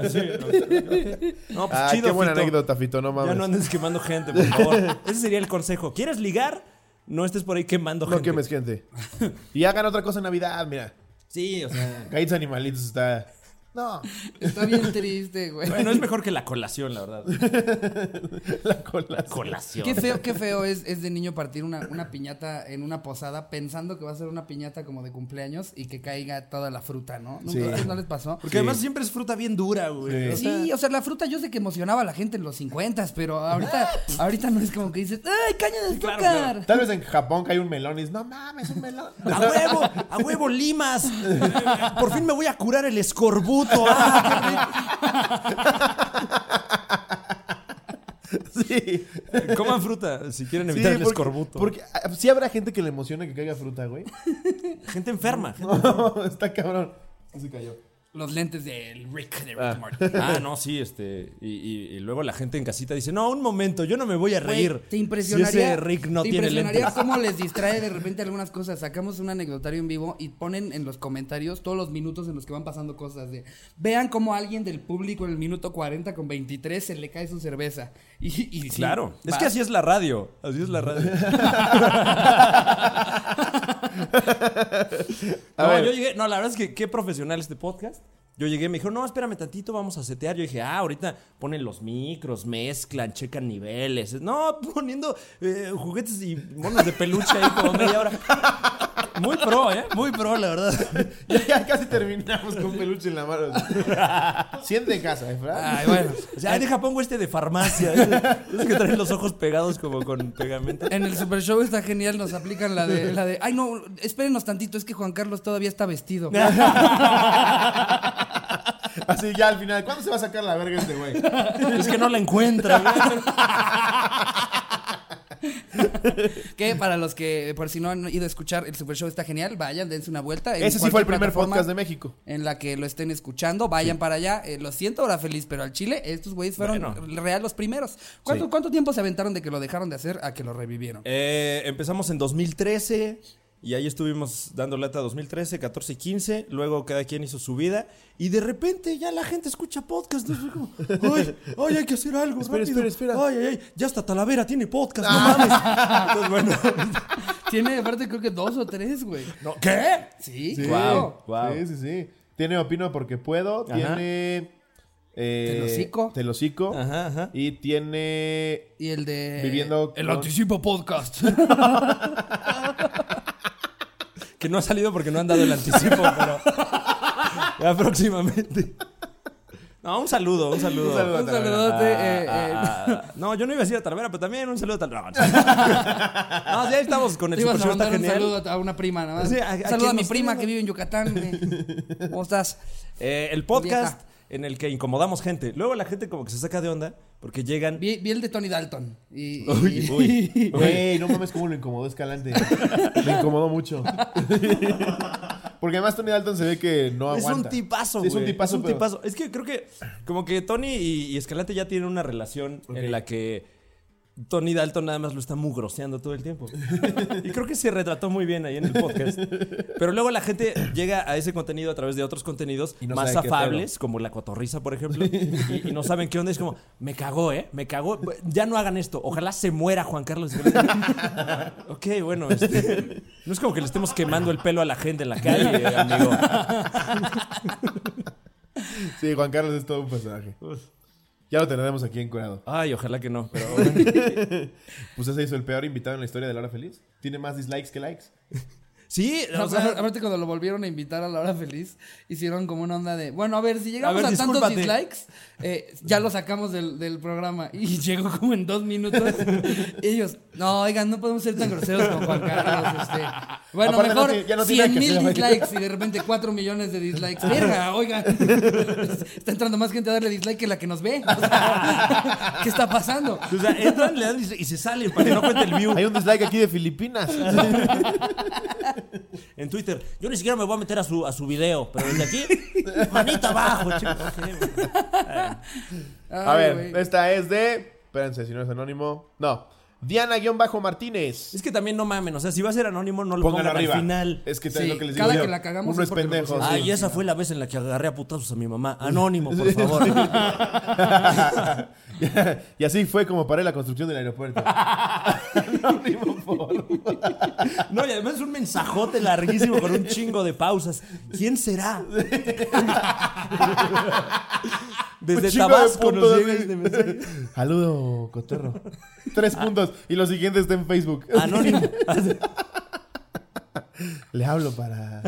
Speaker 1: principio.
Speaker 2: ok.
Speaker 3: Ah, sí. ok. No, pues
Speaker 1: Ah,
Speaker 3: chido,
Speaker 1: qué buena
Speaker 3: Fito.
Speaker 1: anécdota, Fito, no
Speaker 3: Ya
Speaker 1: mames.
Speaker 3: no
Speaker 1: No,
Speaker 3: andes quemando gente, por favor. Ese sería el consejo. ¿Quieres ligar? No estés por ahí quemando gente.
Speaker 1: quemes gente. Y hagan otra cosa en Navidad, mira.
Speaker 3: Sí, o sea.
Speaker 1: Galletas animalitos está... No,
Speaker 2: Está bien triste, güey.
Speaker 3: Bueno, es mejor que la colación, la verdad.
Speaker 1: la cola.
Speaker 3: Colación.
Speaker 2: Qué feo, qué feo es, es de niño partir una, una piñata en una posada pensando que va a ser una piñata como de cumpleaños y que caiga toda la fruta, ¿no? ¿Nunca
Speaker 1: Sí.
Speaker 2: ustedes no les pasó?
Speaker 3: Porque además siempre es fruta bien dura, güey. O sea,
Speaker 2: Sí, o sea, la fruta yo sé que emocionaba a la gente en los 50, pero ahorita, ahorita no es como que dices, ¡ay, caña de azúcar!
Speaker 3: Claro, claro.
Speaker 1: Tal vez en Japón cae un melón y dices, no mames, un melón.
Speaker 3: A huevo, a huevo limas. Por fin me voy a curar el escorbuto. Ah,
Speaker 1: Sí.
Speaker 3: qué rico. Coman fruta si quieren evitar el
Speaker 1: porque-
Speaker 3: escorbuto.
Speaker 1: Porque ah, sí habrá gente que le emociona que caiga fruta, güey.
Speaker 3: gente enferma. gente-
Speaker 1: No, está cabrón. Se cayó.
Speaker 2: Los lentes del Rick, de Rick Morty.
Speaker 3: Ah, no, sí, este. Y, y- y luego la gente en casita dice: No, un momento, yo no me voy a
Speaker 2: Güey,
Speaker 3: reír.
Speaker 2: te impresionaría.
Speaker 3: Si ese Rick no
Speaker 2: te
Speaker 3: tiene
Speaker 2: impresionaría
Speaker 3: lentes.
Speaker 2: cómo les distrae de repente algunas cosas. Sacamos un anecdotario en vivo y ponen en los comentarios todos los minutos en los que van pasando cosas de vean cómo a alguien del público en el minuto 40 con 23 se le cae su cerveza. Y, y sí,
Speaker 3: Claro, es
Speaker 2: va.
Speaker 3: que así es la radio. Así es la radio. no,
Speaker 1: ver.
Speaker 3: yo llegué, no, la verdad es que qué profesional este podcast. Yo llegué, me dijo, no, espérame tantito, vamos a setear. Yo dije, ah, ahorita ponen los micros, mezclan, checan niveles. No, poniendo eh, juguetes y monos de peluche ahí como media hora. Muy pro, ¿eh? Muy pro, la verdad.
Speaker 1: Ya, ya casi terminamos con peluche en la mano. Siente en casa, ¿eh, Fran?
Speaker 2: Ay, bueno.
Speaker 3: O sea, deja, pongo este de farmacia. Es que traen los ojos pegados como con pegamento.
Speaker 2: En el Super Show está genial, nos aplican la de, la de, ay no, espérenos tantito, es que Juan Carlos todavía está vestido.
Speaker 3: Ah.
Speaker 1: Así ya al final. ¿Cuándo se va a sacar la verga este güey?
Speaker 3: Es que no la encuentra, güey.
Speaker 2: Que para los que, por si no han ido a escuchar, el Super Show está genial, vayan, dense una vuelta. en
Speaker 1: Ese sí fue el
Speaker 2: cualquier
Speaker 1: primer
Speaker 2: plataforma
Speaker 1: podcast de México.
Speaker 2: En la que lo estén escuchando, vayan para allá. Eh, lo siento, ahora feliz, pero al Chile, estos güeyes fueron
Speaker 3: Bueno.
Speaker 2: real los primeros. ¿Cuánto,
Speaker 3: Sí.
Speaker 2: ¿Cuánto tiempo se aventaron de que lo dejaron de hacer a que lo revivieron?
Speaker 3: Eh, empezamos en 2013 y ahí estuvimos dando lata 2013, 14 y 15. Luego cada quien hizo su vida y de repente ya la gente escucha podcast. ¿no? Fue como, ay, ay, hay que hacer algo.
Speaker 1: Espera,
Speaker 3: rápido.
Speaker 1: espera, espera.
Speaker 3: Ay, ay, ay, ya hasta Talavera tiene podcast. No mames. Entonces, bueno,
Speaker 2: Tiene, aparte, creo que dos o tres, güey.
Speaker 3: no, ¿qué?
Speaker 2: Sí,
Speaker 1: Sí.
Speaker 2: claro.
Speaker 3: Guau.
Speaker 1: Sí, sí, sí. Tiene Opino porque puedo.
Speaker 3: Ajá.
Speaker 1: Tiene. Eh,
Speaker 2: Telocico.
Speaker 1: Telocico.
Speaker 3: Ajá, ajá.
Speaker 1: Y tiene.
Speaker 2: Y el de.
Speaker 1: Viviendo
Speaker 2: El
Speaker 1: con-
Speaker 2: Anticipo Podcast.
Speaker 3: Que no ha salido porque no han dado el anticipo, pero ya próximamente. No, un saludo, un saludo.
Speaker 1: Un saludo.
Speaker 2: Un saludote. eh, eh.
Speaker 3: Ah, ah, ah. No, yo no iba a decir a Talavera, pero también un saludo a Talavera. No, no, ya estamos con el
Speaker 2: Te ibas
Speaker 3: Super
Speaker 2: a
Speaker 3: Show, está
Speaker 2: mandar un
Speaker 3: genial.
Speaker 2: saludo a una prima, nada más.
Speaker 3: Sí, ¿a- a
Speaker 2: Un
Speaker 3: quién
Speaker 2: saludo a mi
Speaker 3: nos
Speaker 2: prima
Speaker 3: tiene?
Speaker 2: que vive en Yucatán, güey. ¿Cómo estás?
Speaker 3: Eh, el podcast en el que incomodamos gente. Luego la gente como que se saca de onda porque llegan...
Speaker 2: Vi, vi el de Tony Dalton. Y,
Speaker 3: Uy,
Speaker 2: y-
Speaker 3: uy.
Speaker 1: Güey, no mames cómo lo incomodó Escalante. Me incomodó mucho. Porque además Tony Dalton se ve que no
Speaker 3: Es
Speaker 1: aguanta.
Speaker 3: un tipazo,
Speaker 1: Sí,
Speaker 3: güey.
Speaker 1: Es un tipazo,
Speaker 3: Es
Speaker 1: pero-
Speaker 3: tipazo. Es que creo que como que Tony y, y Escalante ya tienen una relación en la que Tony Dalton nada más lo está mugroseando todo el tiempo. y creo que se retrató muy bien ahí en el podcast. Pero luego la gente llega a ese contenido a través de otros contenidos
Speaker 1: Y no
Speaker 3: más
Speaker 1: sabe qué
Speaker 3: afables, como La Cotorrisa, por ejemplo, y, y no saben qué onda. Es como, me cagó, ¿eh? Me cagó. Ya no hagan esto. Ojalá se muera Juan Carlos. Escalante. ok, bueno, este, no es como que le estemos quemando el pelo a la gente en la calle, eh, amigo.
Speaker 1: Sí, Juan Carlos es todo un personaje. Ya lo tendremos aquí encuerado.
Speaker 3: Ay, ojalá que no, pero bueno.
Speaker 1: Pues ese hizo el peor invitado en la historia de la hora feliz. Tiene más dislikes que likes.
Speaker 3: Sí,
Speaker 2: No,
Speaker 3: o sea,
Speaker 2: pero aparte cuando lo volvieron a invitar a la hora feliz, hicieron como una onda de, bueno, a ver, si llegamos
Speaker 3: A ver,
Speaker 2: a, tantos
Speaker 3: discúlpate.
Speaker 2: dislikes, eh, ya lo sacamos del, del programa. Y llegó como en dos minutos. y ellos, no, oigan, no podemos ser tan groseros como Juan Carlos. este. Bueno,
Speaker 1: Aparte, no
Speaker 2: mejor
Speaker 1: tiene- ya no tiene
Speaker 2: 100
Speaker 1: que
Speaker 2: mil
Speaker 1: hacer,
Speaker 2: dislikes y de repente 4 millones de dislikes. Verga, oigan. Está entrando más gente a darle dislike que la que nos ve. O sea, ¿Qué está pasando?
Speaker 3: o sea, entran, le dan y se, y se salen para que no cuente el view.
Speaker 1: Hay un dislike aquí de Filipinas.
Speaker 3: En Twitter, yo ni siquiera me voy a meter a su, a su video, pero desde aquí, manita abajo, chicos.
Speaker 1: A
Speaker 2: Ay,
Speaker 1: ver,
Speaker 2: güey.
Speaker 1: esta es de. Espérense, si no es anónimo. No. Diana-Martínez.
Speaker 3: Es que también no mamen, o sea, si va a ser anónimo, no lo
Speaker 1: Póngalo
Speaker 3: pongan
Speaker 1: arriba.
Speaker 3: al final.
Speaker 1: Es que es
Speaker 2: Sí,
Speaker 1: lo que les digo.
Speaker 2: cada
Speaker 1: yo.
Speaker 2: que la cagamos
Speaker 1: Uno
Speaker 2: es
Speaker 1: es
Speaker 2: porque lo
Speaker 1: pendejo.
Speaker 2: pusimos.
Speaker 1: sí.
Speaker 3: Ay, esa fue la vez en la que agarré a putazos a mi mamá. Anónimo, por favor.
Speaker 1: y así fue como paré la construcción del aeropuerto. Anónimo, por-
Speaker 3: No, y además es un mensajote larguísimo con un chingo de pausas. ¿Quién será?
Speaker 1: Un
Speaker 3: Desde
Speaker 1: chingo de
Speaker 3: Tabasco nos
Speaker 1: puntos,
Speaker 3: llega
Speaker 1: así.
Speaker 3: este mensaje.
Speaker 1: Saludo, cotorro. Tres puntos. Y lo siguiente está en Facebook.
Speaker 3: Anónimo.
Speaker 1: Le hablo para.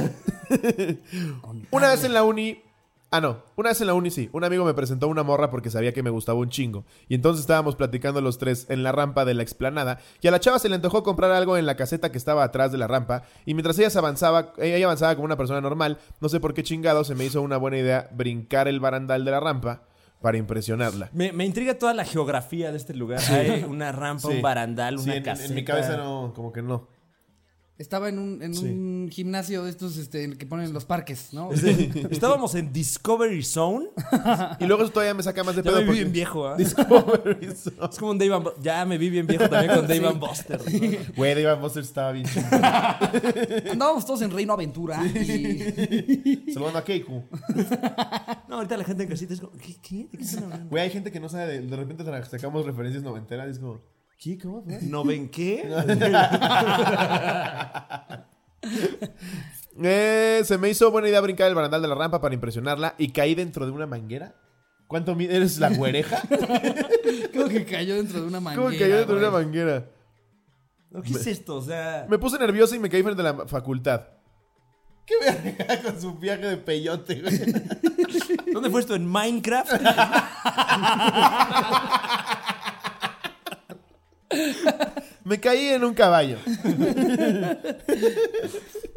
Speaker 1: una vez en la uni. Ah, no. Una vez en la uni, sí. Un amigo me presentó una morra porque sabía que me gustaba un chingo. Y entonces estábamos platicando los tres en la rampa de la explanada. Y a la chava se le antojó comprar algo en la caseta que estaba atrás de la rampa. Y mientras ella se avanzaba, ella avanzaba como una persona normal. No sé por qué chingado se me hizo una buena idea brincar el barandal de la rampa para impresionarla.
Speaker 3: Me, me intriga toda la geografía de este lugar. Hay una rampa,
Speaker 1: Sí.
Speaker 3: un barandal,
Speaker 1: Sí,
Speaker 3: una
Speaker 1: en- en, en
Speaker 3: caseta.
Speaker 1: mi cabeza no, como que no.
Speaker 2: Estaba en un, en un gimnasio de estos este, que ponen en los parques, ¿no?
Speaker 3: Sí. Estábamos en Discovery Zone.
Speaker 1: Y luego eso todavía me saca más de
Speaker 3: Ya
Speaker 1: pedo.
Speaker 3: me vi
Speaker 1: porque-
Speaker 3: bien viejo, ¿ah?
Speaker 1: Discovery Zone.
Speaker 3: Es como un Dave and Bu- Ya me vi bien viejo también con Dave and Buster.
Speaker 1: Güey, Dave and Buster's estaba bien chido.
Speaker 2: Andábamos todos en Reino Aventura y
Speaker 1: Saludando a Keiko.
Speaker 3: No, ahorita la gente en casita es como, ¿qué? ¿Qué? ¿De qué están hablando?
Speaker 1: Güey, hay gente que no sabe. De, de repente tra- sacamos referencias noventeras y es como. ¿Qué? ¿Cómo fue?
Speaker 3: ¿No ven qué?
Speaker 1: Eh, se me hizo buena idea brincar el barandal de la rampa para impresionarla y caí dentro de una manguera. ¿Cuánto mide? ¿Eres la güereja?
Speaker 2: creo que cayó dentro de una manguera.
Speaker 1: ¿Cómo que caí dentro de una
Speaker 2: güey.
Speaker 1: manguera?
Speaker 3: No, ¿Qué es esto? O sea...
Speaker 1: Me puse nerviosa y me caí frente a la facultad. ¿Qué verga con su viaje de peyote, güey?
Speaker 3: ¿Dónde fue esto? ¿En Minecraft?
Speaker 1: Me caí en un caballo.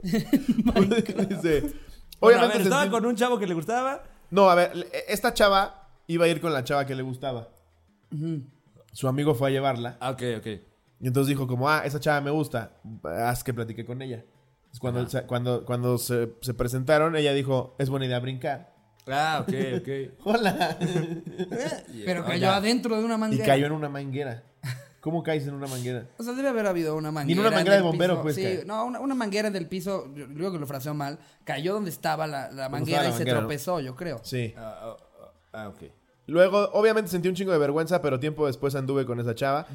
Speaker 1: Dice.
Speaker 3: Bueno, a
Speaker 1: Obviamente
Speaker 3: ver, estaba
Speaker 1: sentí-
Speaker 3: con un chavo que le gustaba.
Speaker 1: No, a ver, le- esta chava iba a ir con la chava que le gustaba. Su amigo fue a llevarla.
Speaker 3: Ah, ok, ok.
Speaker 1: Y entonces dijo como, ah, esa chava me gusta. Haz que platique con ella. Es cuando se, cuando, cuando se, se presentaron, ella dijo, es buena idea brincar.
Speaker 3: Ah, ok, ok.
Speaker 1: Hola.
Speaker 2: Eh, Pero
Speaker 3: Ah,
Speaker 2: cayó
Speaker 3: ya.
Speaker 2: adentro de una
Speaker 1: Y
Speaker 2: manguera.
Speaker 1: cayó en una manguera. ¿Cómo caes en una manguera?
Speaker 2: O sea, debe haber habido una manguera.
Speaker 1: Ni una manguera
Speaker 2: en
Speaker 1: de
Speaker 2: el
Speaker 1: bombero,
Speaker 2: piso.
Speaker 1: pues,
Speaker 2: Sí,
Speaker 1: cae.
Speaker 2: no, una, una manguera del piso, yo creo que lo fraseó mal, cayó donde estaba la,
Speaker 1: estaba la
Speaker 2: la manguera y
Speaker 1: manguera,
Speaker 2: se
Speaker 1: ¿no?
Speaker 2: tropezó, yo creo.
Speaker 1: Sí.
Speaker 3: Ah, ah, ah, ok.
Speaker 1: Luego, obviamente sentí un chingo de vergüenza, pero tiempo después anduve con esa chava.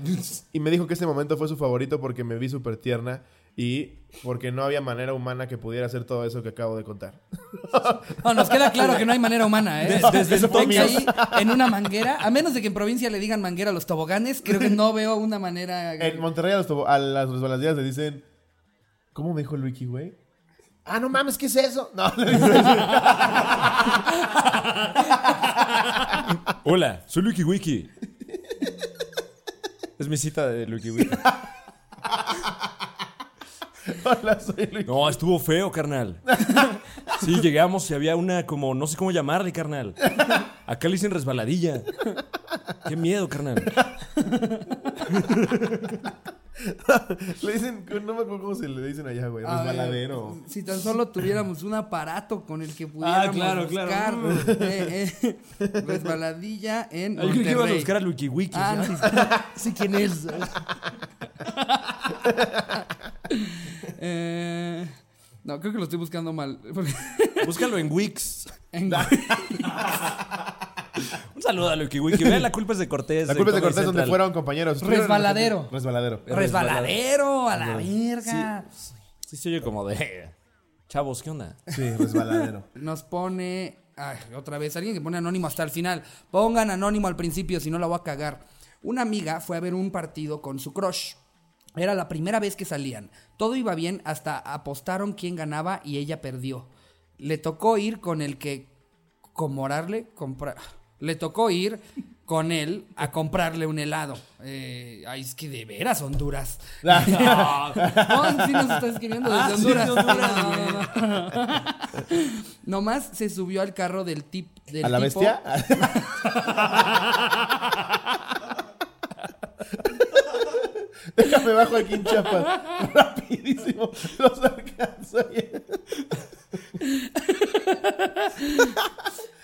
Speaker 1: Y me dijo que ese momento fue su favorito porque me vi súper tierna y porque no había manera humana que pudiera hacer todo eso que acabo de contar.
Speaker 2: No, nos queda claro que no hay manera humana, ¿eh?
Speaker 3: Desde- desde
Speaker 2: Eso fue
Speaker 3: entonces.
Speaker 2: ahí, en una manguera, a menos de que en provincia le digan manguera a los toboganes, creo que no veo una manera...
Speaker 1: En Monterrey a, los tobo- a las resbaladillas le dicen... ¿Cómo me dijo Luigi, güey? Ah, no mames, ¿qué es eso? No, le dicen-
Speaker 3: Hola, soy Lucky Wiki. Es mi cita de Lucky Wiki.
Speaker 1: hola, soy Luigi.
Speaker 3: No, estuvo feo, carnal. Sí, llegamos y había una como, no sé cómo llamarle, carnal. Acá le dicen resbaladilla. Qué miedo, carnal.
Speaker 1: Le dicen... No me acuerdo cómo se le dicen allá, güey.
Speaker 2: A ver,
Speaker 1: Resbaladero.
Speaker 2: Si tan solo tuviéramos un aparato con el que pudiéramos
Speaker 3: Ah, claro,
Speaker 2: buscar
Speaker 3: claro.
Speaker 2: eh, eh, resbaladilla en
Speaker 3: Ah, Yo creí que ibas a
Speaker 2: Monterrey.
Speaker 3: buscar a Lucky Wiki.
Speaker 2: Ah,
Speaker 3: ¿no?
Speaker 2: sí, sí, quién es. Eh, no, creo que lo estoy buscando mal. porque-
Speaker 3: Búscalo en Wix.
Speaker 2: en-
Speaker 3: Un saludo a Lucky Wiki. Vean, la culpa es de Cortés.
Speaker 1: La culpa es de
Speaker 3: Comedy
Speaker 1: Cortés donde
Speaker 3: Central.
Speaker 1: fueron compañeros. Estuvieron-
Speaker 2: Resbaladero.
Speaker 1: Resbaladero.
Speaker 2: resbaladero, a la verga.
Speaker 3: Sí, se oye como de. Chavos, ¿qué onda?
Speaker 1: Sí, resbaladero.
Speaker 2: Nos pone Ay, otra vez, alguien que pone anónimo hasta el final. Pongan anónimo al principio, si no la voy a cagar. Una amiga fue a ver un partido con su crush. Era la primera vez que salían. Todo iba bien, hasta apostaron quién ganaba y ella perdió. Le tocó ir con el que comprarle, comprar. Le tocó ir con él a comprarle un helado. Eh, ay, es que de veras Honduras. no, sí nos está escribiendo desde
Speaker 3: Ah, sí,
Speaker 2: Honduras.
Speaker 3: de Honduras,
Speaker 2: No, no, no. Nomás se subió al carro del tip del
Speaker 1: ¿A la
Speaker 2: tipo.
Speaker 1: bestia? Déjame bajo aquí en Chiapas. Rapidísimo. Los alcanzo.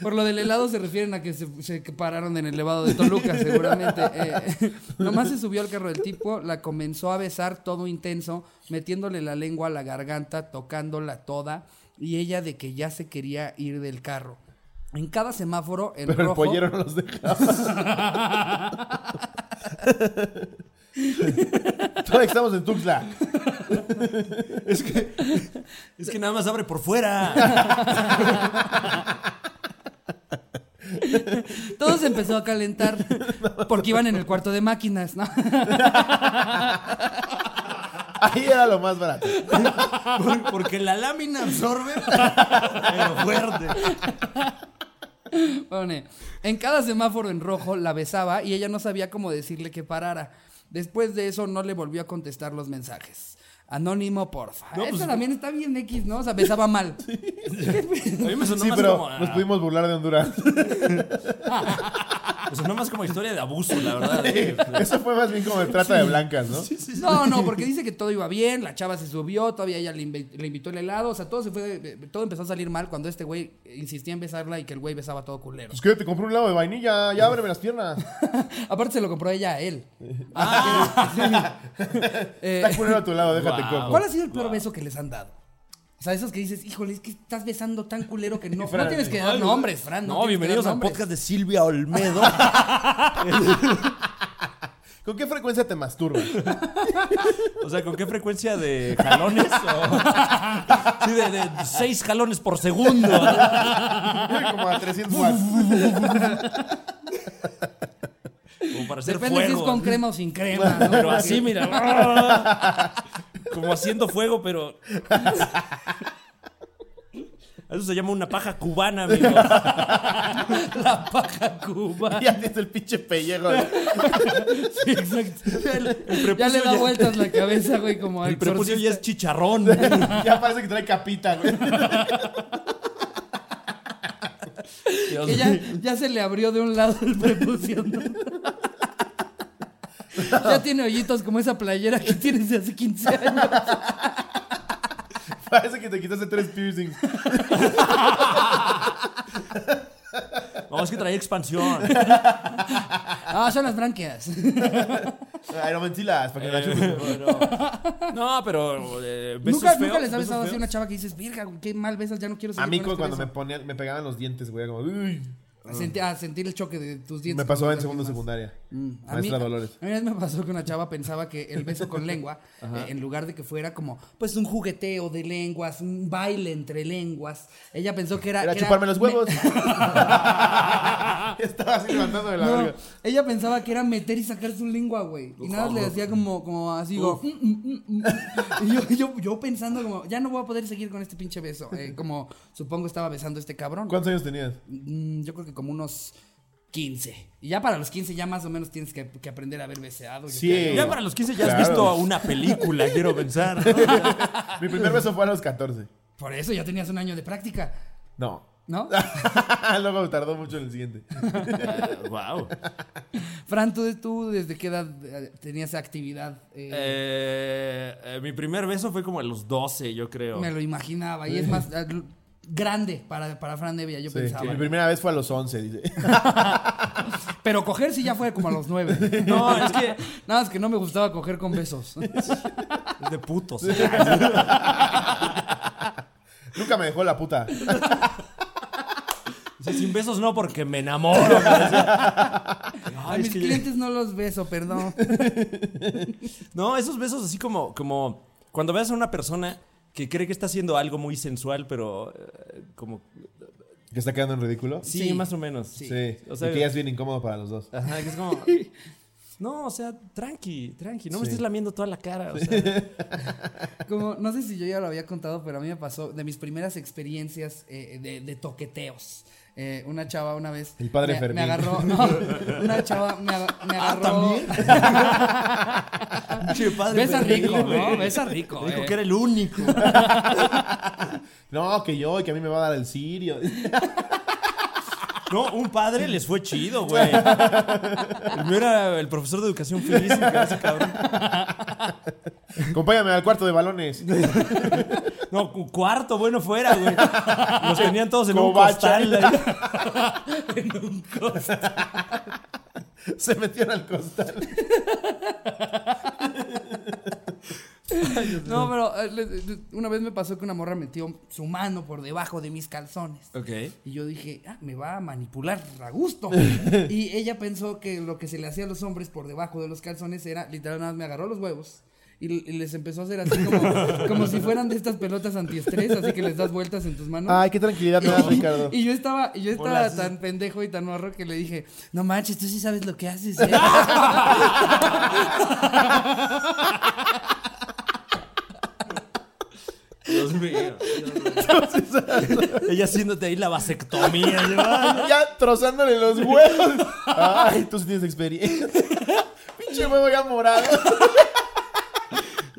Speaker 2: Por lo del helado se refieren a que se, se pararon en el elevado de Toluca, seguramente. Eh, nomás se subió al carro del tipo, la comenzó a besar todo intenso, metiéndole la lengua a la garganta, tocándola toda, y ella de que ya se quería ir del carro. En cada semáforo, en
Speaker 1: Pero el
Speaker 2: rojo.
Speaker 1: pollero no los dejaba. Todavía estamos en Tuxtla.
Speaker 3: Es que nada más abre por fuera.
Speaker 2: Todo se empezó a calentar porque iban en el cuarto de máquinas, ¿no?
Speaker 1: Ahí era lo más barato.
Speaker 3: Por- Porque la lámina absorbe. Pero fuerte.
Speaker 2: Pone, en cada semáforo en rojo la besaba y ella no sabía cómo decirle que parara. Después de eso no le volvió a contestar los mensajes. Anónimo, porfa.
Speaker 3: No,
Speaker 2: Esto
Speaker 3: pues-
Speaker 2: también está bien X, ¿no? O sea, besaba mal.
Speaker 3: A mí me sonó
Speaker 1: Sí,
Speaker 3: más
Speaker 1: pero
Speaker 3: como. ah. a-
Speaker 1: nos pudimos burlar de Honduras.
Speaker 3: me sonó más como historia de abuso, la verdad. eh.
Speaker 1: Eso fue más bien como de trata de blancas, ¿no?
Speaker 2: No, no, porque dice que todo iba bien, la chava se subió, todavía ella le, invi- le invitó el helado, o sea, todo se fue, eh, todo empezó a salir mal cuando este güey insistía en besarla y que el güey besaba todo culero.
Speaker 1: Pues que te compré un lado de vainilla, ya ábreme las piernas.
Speaker 2: Aparte se lo compró ella a él.
Speaker 3: Ah,
Speaker 2: Eh,
Speaker 1: Está culero a tu lado, déjate
Speaker 3: Wow.
Speaker 1: coco.
Speaker 2: ¿Cuál ha sido el peor beso que les han dado? O sea, esos que dices, híjole, es que estás besando tan culero que no, no tienes que dar nombres, Fran.
Speaker 3: No,
Speaker 2: tienes que
Speaker 3: bienvenidos
Speaker 2: dar
Speaker 3: al
Speaker 2: nombres.
Speaker 3: podcast de Silvia Olmedo.
Speaker 1: ¿Con qué frecuencia te masturbas?
Speaker 3: O sea, ¿con qué frecuencia de jalones? O- Sí, de, de seis jalones por segundo.
Speaker 1: Como a 300 watts.
Speaker 3: Como para hacer
Speaker 2: Depende si es
Speaker 3: fuego.
Speaker 2: con crema o sin crema. ¿no?
Speaker 3: Pero así, mira. Como haciendo fuego, pero. Eso se llama una paja cubana, amigo.
Speaker 2: La paja cuba.
Speaker 1: Ya tienes el pinche pellejo.
Speaker 2: Sí, exacto. Ya, le-
Speaker 3: prepucio
Speaker 2: ya le da
Speaker 3: ya-
Speaker 2: vueltas la cabeza, güey, como al
Speaker 3: El prepucio ya es
Speaker 2: exorcista.
Speaker 3: chicharrón.
Speaker 1: Ya parece que trae capita, güey.
Speaker 3: Dios
Speaker 2: Que ya,
Speaker 3: mío.
Speaker 2: ya se le abrió de un lado el prepucio. ¿no? Ya tiene hoyitos como esa playera que tienes de hace 15 años.
Speaker 1: Parece que te quitaste tres piercings.
Speaker 3: No, es que traía expansión.
Speaker 2: Ah, son las branquias.
Speaker 1: Ay, no mentiras, para que la
Speaker 3: Eh,
Speaker 1: chupes.
Speaker 3: pero- No, pero. eh, besos
Speaker 2: ¿Nunca, nunca
Speaker 3: feos,
Speaker 2: les ha
Speaker 3: besos
Speaker 2: besado así
Speaker 3: feos.
Speaker 2: una chava que dices, verga, güey, qué mal besas, ya no quiero
Speaker 1: A
Speaker 2: seguir
Speaker 1: mí como
Speaker 2: con este
Speaker 1: cuando me,
Speaker 2: beso"?
Speaker 1: ponían, me pegaban los dientes, güey, como... "Uy".
Speaker 2: A senti- a sentir ah, el choque de tus dientes.
Speaker 1: Me pasó
Speaker 2: con
Speaker 1: en
Speaker 2: las
Speaker 1: segundo
Speaker 2: mismas.
Speaker 1: secundaria.
Speaker 2: Mm, A mí,
Speaker 1: Maestra Dolores.
Speaker 2: a mí una vez me pasó que una chava pensaba que el beso con lengua, eh, en lugar de que fuera como, pues un jugueteo de lenguas, un baile entre lenguas, ella pensó que era...
Speaker 1: Era
Speaker 2: que
Speaker 1: chuparme los
Speaker 2: me-
Speaker 1: huevos. Estaba así levantando de la
Speaker 2: No,
Speaker 1: verga.
Speaker 2: ella pensaba que era meter y sacar su lengua, güey. Y nada, le hacía como, como así, como, "Mm, mm, mm, mm". Y yo, yo, yo pensando como, ya no voy a poder seguir con este pinche beso. eh, como supongo estaba besando este cabrón.
Speaker 1: ¿Cuántos años tenías?
Speaker 2: Mm, yo creo que como unos 15. Y ya para los 15 ya más o menos tienes que, que aprender a haber beseado. yo
Speaker 1: Sí.
Speaker 2: creo.
Speaker 3: Ya para los 15 ya has
Speaker 1: Claro.
Speaker 3: visto una película, quiero pensar.
Speaker 1: Mi primer beso fue a los 14.
Speaker 2: Por eso ya tenías un año de práctica,
Speaker 1: No.
Speaker 2: ¿no?
Speaker 1: Luego tardó mucho en el siguiente.
Speaker 3: wow.
Speaker 2: Fran, ¿tú, tú desde qué edad eh, tenías actividad? Eh,
Speaker 3: Eh, eh, mi primer beso fue como a los 12, yo creo.
Speaker 2: me lo imaginaba. Y es más eh, grande para, para Fran Nevia, yo
Speaker 1: Sí,
Speaker 2: pensaba.
Speaker 1: mi primera vez fue a los 11, dice.
Speaker 2: Pero coger sí ya fue como a los 9.
Speaker 3: No, es que
Speaker 2: Nada más que no me gustaba coger con besos.
Speaker 3: es de putos. ¿eh?
Speaker 1: Nunca me dejó la puta.
Speaker 3: Sí, sin besos no, porque me enamoro.
Speaker 2: A
Speaker 3: Ay, es
Speaker 2: mis
Speaker 3: que-
Speaker 2: clientes no los beso, perdón.
Speaker 3: No, esos besos así como, como cuando ves a una persona que cree que está haciendo algo muy sensual, pero eh, como
Speaker 1: ¿Que está quedando en ridículo?
Speaker 3: Sí,
Speaker 2: Sí.
Speaker 3: más o menos.
Speaker 1: Sí.
Speaker 3: O sea,
Speaker 1: y que ya es bien incómodo para los dos.
Speaker 3: Ajá, que es como. No, o sea, tranqui, tranqui. No me
Speaker 1: Sí.
Speaker 3: estés lamiendo toda la cara. O sea,
Speaker 2: Como, no sé si yo ya lo había contado, pero a mí me pasó de mis primeras experiencias eh, de, de toqueteos. Eh, una chava una vez.
Speaker 1: El padre
Speaker 2: me,
Speaker 1: Fermín. Ah,
Speaker 2: Me agarró. No, una chava me, aga- me agarró.
Speaker 3: che, padre.
Speaker 2: Besa
Speaker 3: Fermín.
Speaker 2: rico, ¿no? Besa rico.
Speaker 3: Dijo
Speaker 2: eh.
Speaker 3: que era el único.
Speaker 1: No, que yo, y que a mí me va a dar el sirio.
Speaker 3: No, un padre les fue chido, güey. No era el profesor de educación física, ese cabrón.
Speaker 1: Acompáñame al cuarto de balones.
Speaker 3: No, cu- cuarto, bueno, fuera, güey. Los tenían todos en un
Speaker 1: Covacha.
Speaker 3: costal. ahí.
Speaker 1: Se metieron al costal.
Speaker 2: No, pero eh, le- le- una vez me pasó que una morra metió su mano por debajo de mis calzones.
Speaker 3: Ok.
Speaker 2: Y yo dije, ah, me va a manipular a gusto. y ella pensó que lo que se le hacía a los hombres por debajo de los calzones era, literal, nada más me agarró los huevos. Y l- y les empezó a hacer así como, como si fueran de estas pelotas antiestrés, así que les das vueltas en tus manos.
Speaker 1: Ay, qué tranquilidad me das, Ricardo.
Speaker 2: Y yo estaba, y yo estaba
Speaker 3: Hola, sí.
Speaker 2: tan pendejo y tan morro que le dije, no manches, tú sí sabes lo que haces, ¿eh?".
Speaker 3: Dios mío. Ella haciéndote ahí la vasectomía. yo, ay,
Speaker 1: Ya trozándole los huevos. Ay, tú sí tienes experiencia. Pinche huevo ya morado.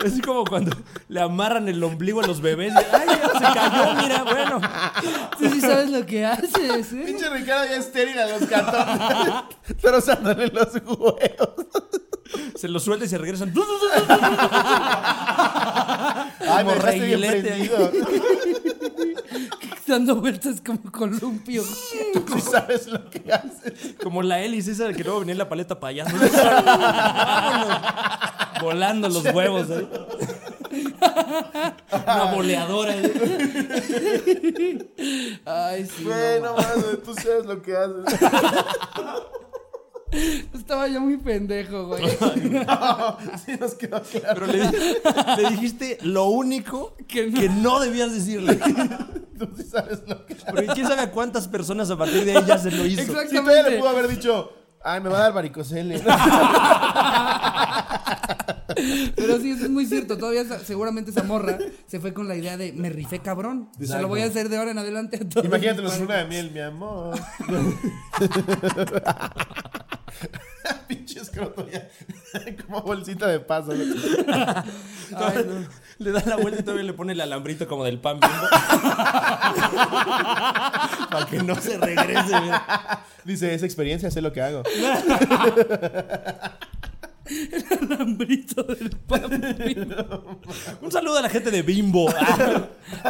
Speaker 3: Así como cuando le amarran el ombligo a los bebés. y, Ay, ya se cayó, mira, bueno.
Speaker 2: Tú sí sabes lo que haces, ¿eh?".
Speaker 1: Pinche Ricardo ya estéril a los 14. trozándole los huevos.
Speaker 3: Se lo suelta y se regresan.
Speaker 1: Ay,
Speaker 3: Como
Speaker 1: me dejaste bien
Speaker 3: reguilete.
Speaker 1: prendido.
Speaker 2: Dando vueltas como columpio.
Speaker 1: Tú sabes lo que haces.
Speaker 3: Como la hélice esa que luego venía en la paleta payaso. Vámonos. Volando los huevos. ¿eh? Una boleadora. ¿eh?
Speaker 2: Ay, sí. no
Speaker 1: Güey, no mames, tú sabes lo que haces.
Speaker 2: mames. Estaba yo muy pendejo, güey.
Speaker 1: Sí, nos quedó claro.
Speaker 3: Pero le, di- le dijiste lo único
Speaker 2: Que
Speaker 3: que
Speaker 2: no.
Speaker 3: no. debías decirle.
Speaker 1: Tú sí sabes lo que haces.
Speaker 3: Porque quién sabe a cuántas personas a partir de ahí ya se lo hizo.
Speaker 2: Exacto.
Speaker 1: Si todavía le pudo haber dicho, ay, me va a dar varicocele.
Speaker 2: Pero sí, eso es muy cierto. Todavía esa- seguramente esa morra se fue con la idea de me rifé cabrón. Se lo voy a hacer de ahora en adelante a todos.
Speaker 1: Imagínate
Speaker 2: mis
Speaker 1: los luna de miel, mi amor. Pinche escroto ya. Como bolsita de paso.
Speaker 3: Todavía Le da la vuelta y todavía le pone el alambrito como del pan bimbo. Para que no se regrese. mira.
Speaker 1: Dice, es experiencia, sé lo que hago.
Speaker 2: padres. Alambrito del pan.
Speaker 3: Un saludo a la gente de Bimbo. Ah,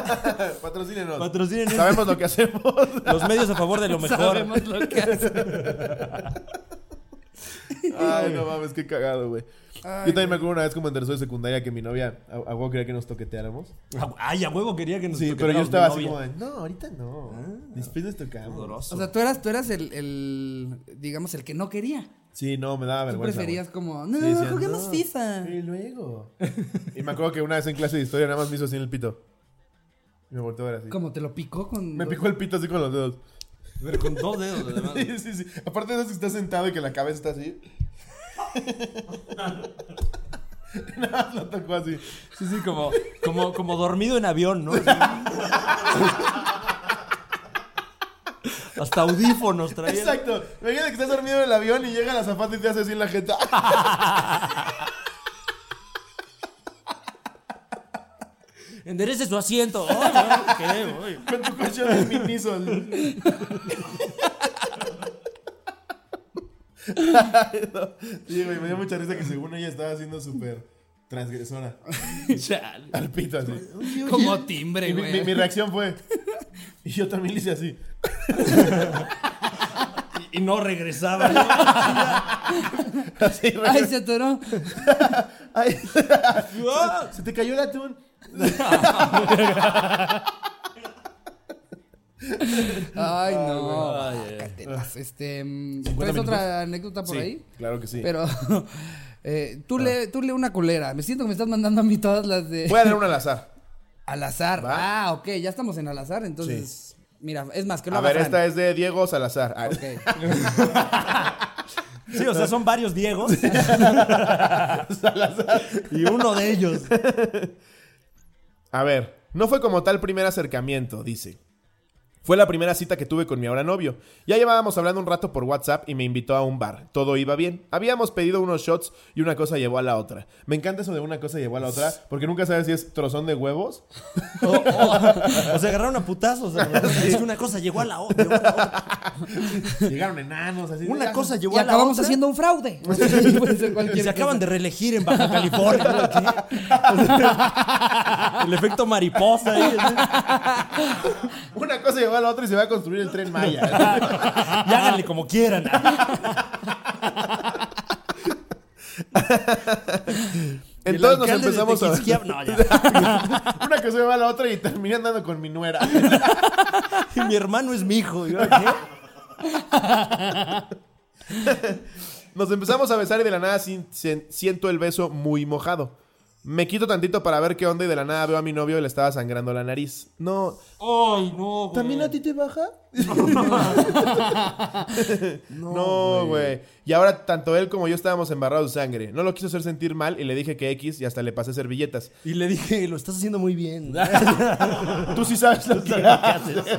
Speaker 1: Patrocínenos.
Speaker 3: Patrocínenos.
Speaker 1: Sabemos lo que hacemos.
Speaker 3: Los medios a favor de lo mejor.
Speaker 2: Sabemos lo que hace.
Speaker 1: Ay, no mames, qué cagado, güey. Yo también me acuerdo una vez como en tercero de secundaria que mi novia a a huevo quería que nos toqueteáramos.
Speaker 3: Ay, a huevo quería que nos
Speaker 1: Sí, pero
Speaker 3: toqueteara
Speaker 1: yo
Speaker 3: mi
Speaker 1: estaba así
Speaker 3: novia.
Speaker 1: como de, no, ahorita no. Después nos tocamos.
Speaker 3: Doloroso.
Speaker 2: O sea, tú eras, tú eras el, el, digamos, el que no quería.
Speaker 1: Sí, no, me daba
Speaker 2: Tú
Speaker 1: vergüenza. güey.
Speaker 2: preferías como, no,
Speaker 1: Sí, decían,
Speaker 2: juguemos
Speaker 1: "No".
Speaker 2: FIFA.
Speaker 1: Y luego. y me acuerdo que una vez en clase de historia nada más me hizo así en el pito. Y me volteó a ver así.
Speaker 2: Como te lo picó con...
Speaker 1: Me picó el pito así con los dedos.
Speaker 3: Pero con dos dedos, además.
Speaker 1: Sí, sí, sí. Aparte de eso, si estás sentado y que la cabeza está así. nada más lo tocó así.
Speaker 3: Sí, sí, como, como, como dormido en avión, ¿no? Hasta audífonos traía.
Speaker 1: Exacto. Imagínate que estás dormido en el avión y llega la zapata y te hace así en la jeta.
Speaker 3: Enderece su asiento. Ay, ay, qué, ay.
Speaker 1: con tu colchón de miniso. así. Sí, güey, me dio mucha risa que según ella estaba siendo súper transgresora.
Speaker 2: Chale.
Speaker 1: Al pito así.
Speaker 2: Como timbre,
Speaker 1: Y mi, mi-
Speaker 2: güey.
Speaker 1: mi reacción fue. Y yo también le hice así.
Speaker 3: Y, y no regresaba.
Speaker 1: Así,
Speaker 2: Ay,
Speaker 1: re-
Speaker 2: se atoró.
Speaker 1: Ay. se te cayó el atún.
Speaker 2: Ay, no.
Speaker 3: Ay, ay, ay.
Speaker 2: Catetas. Este, mm, ¿Traes otra anécdota por ahí?
Speaker 1: Claro que sí. Ah.
Speaker 2: Pero eh, tú, le, tú lee una culera. Me siento que me estás mandando a mí todas las de...
Speaker 1: Voy a dar una al azar.
Speaker 2: Al azar.
Speaker 1: Va.
Speaker 2: Ah, ok. Ya estamos en al azar, entonces... Mira, es más, que lo
Speaker 1: A
Speaker 2: haga
Speaker 1: ver, esta
Speaker 2: Fran.
Speaker 1: es de Diego Salazar. Ah,
Speaker 2: Ok.
Speaker 3: Sí, o sea, son varios Diegos
Speaker 1: Salazar.
Speaker 3: y uno de ellos.
Speaker 1: A ver, no fue como tal primer acercamiento, dice. Fue la primera cita que tuve con mi ahora novio. Ya llevábamos hablando un rato por WhatsApp y me invitó a un bar. Todo iba bien. Habíamos pedido unos shots y una cosa llevó a la otra. Me encanta eso de una cosa llevó a la otra, porque nunca sabes si es trozón de huevos.
Speaker 3: O, o- o se agarraron a putazos. Es que una cosa llegó a la o- llegó a la otra.
Speaker 1: Llegaron enanos, así.
Speaker 3: Una
Speaker 1: llegaron.
Speaker 3: cosa llegó
Speaker 2: Y
Speaker 3: a la
Speaker 2: acabamos
Speaker 3: otra.
Speaker 2: haciendo un fraude. O sea, puede ser
Speaker 3: Y
Speaker 2: cualquier
Speaker 3: se acaban
Speaker 2: cosa.
Speaker 3: de reelegir en Baja California. ¿no? ¿Qué? El efecto mariposa. ¿eh? ahí, ¿no?
Speaker 1: Una cosa llevó a la otra y se va a construir el tren Maya.
Speaker 3: Y háganle como quieran.
Speaker 1: Entonces nos
Speaker 3: El alcalde de
Speaker 1: empezamos a.
Speaker 3: Tequisquiap- No, ya.
Speaker 1: Una cosa llevó a la otra y terminé andando con mi nuera.
Speaker 3: Y mi hermano es mi hijo. ¿y ahora qué?
Speaker 1: Nos empezamos a besar y de la nada sin- sin- siento el beso muy mojado. Me quito tantito para ver qué onda y de la nada veo a mi novio y le estaba sangrando la nariz. No,
Speaker 4: ¿También a ti te baja?
Speaker 1: no, güey. Y ahora tanto él como yo estábamos embarrados de sangre. No lo quiso hacer sentir mal y le dije que X y hasta le pasé servilletas.
Speaker 3: Y le dije, lo estás haciendo muy bien.
Speaker 1: Tú sí sabes lo que haces.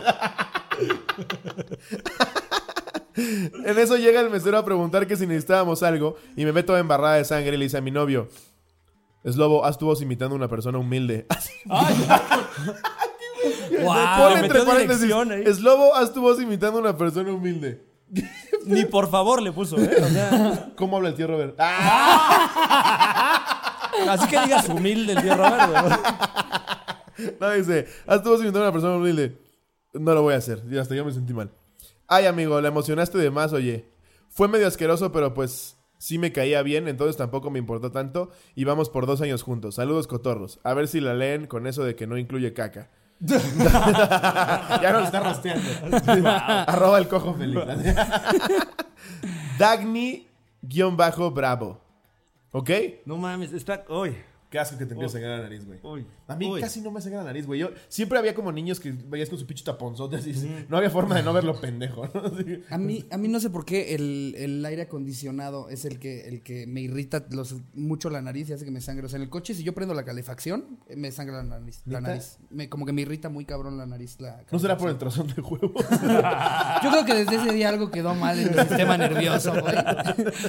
Speaker 1: En eso llega el mesero a preguntar que si necesitábamos algo y me meto embarrada de sangre y le dice a mi novio, Slobo, haz tu voz imitando a una persona humilde.
Speaker 3: Guau,
Speaker 1: Pon
Speaker 3: le
Speaker 1: entre
Speaker 3: metió
Speaker 1: paréntesis,
Speaker 3: dirección ahí.
Speaker 1: Slobo, haz tu voz imitando a una persona humilde.
Speaker 3: Ni por favor le puso, ¿eh? O sea,
Speaker 1: ¿Cómo habla el tío Robert? ¡Ah!
Speaker 3: así que digas humilde el tío Roberto. ¿no?
Speaker 1: No, dice, haz tu voz imitando a una persona humilde. No lo voy a hacer, y hasta yo me sentí mal. Ay, amigo, la emocionaste de más, oye. Fue medio asqueroso, pero pues sí me caía bien, entonces tampoco me importó tanto. Y vamos por dos años juntos. Saludos, cotorros. A ver si la leen con eso de que no incluye caca. ya nos está rasteando. Arroba el cojo feliz. Dagny-bravo. ¿Ok?
Speaker 3: No mames, está. Uy,
Speaker 1: Qué asco que te empieza a sangrar la nariz, güey.
Speaker 3: uy.
Speaker 1: A mí
Speaker 3: uy.
Speaker 1: casi no me sangra la nariz, güey. Yo siempre había como niños que veías con su pinche taponzote así. No había forma de no verlo pendejo, ¿no? Así.
Speaker 2: A mí, a mí no sé por qué el, el aire acondicionado es el que, el que me irrita los, mucho la nariz y hace que me sangre. O sea, en el coche, si yo prendo la calefacción, eh, me sangra la nariz. La
Speaker 1: ¿Neta?
Speaker 2: nariz. Me- como que me irrita muy cabrón la nariz. La
Speaker 1: No será por el trozón de huevo.
Speaker 2: Yo creo que desde ese día algo quedó mal en mi sistema nervioso, güey.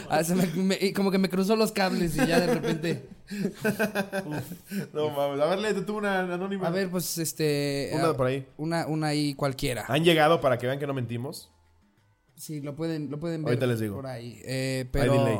Speaker 2: Ah, se me- me- y como que me cruzó los cables y ya de repente.
Speaker 1: no mames. A ver, léete tú una anónima.
Speaker 2: A ver, pues este.
Speaker 1: Una
Speaker 2: ah,
Speaker 1: por ahí.
Speaker 2: Una, una ahí cualquiera.
Speaker 1: Han llegado para que vean que no mentimos.
Speaker 2: Sí, lo pueden, lo pueden ver.
Speaker 1: Ahorita les digo.
Speaker 2: Por ahí. Eh, pero.
Speaker 1: Hay delay.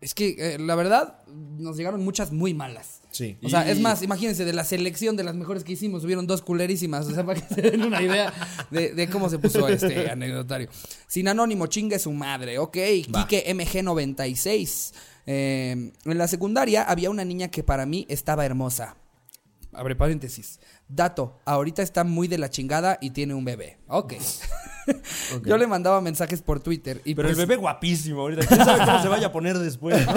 Speaker 2: Es que, eh, la verdad, nos llegaron muchas muy malas.
Speaker 1: Sí.
Speaker 2: O sea, es más, imagínense, de la selección de las mejores que hicimos, hubieron dos culerísimas. O sea, para que se den una idea de, de cómo se puso este anecdotario. Sin anónimo, chingue su madre. Ok, Kike MG96. Eh, en la secundaria había una niña que para mí estaba hermosa. Abre paréntesis. Dato, ahorita está muy de la chingada y tiene un bebé. Ok. Yo le mandaba mensajes por Twitter y
Speaker 3: Pero el
Speaker 2: pues,
Speaker 3: bebé guapísimo ahorita. ¿Quién sabe cómo se vaya a poner después? no?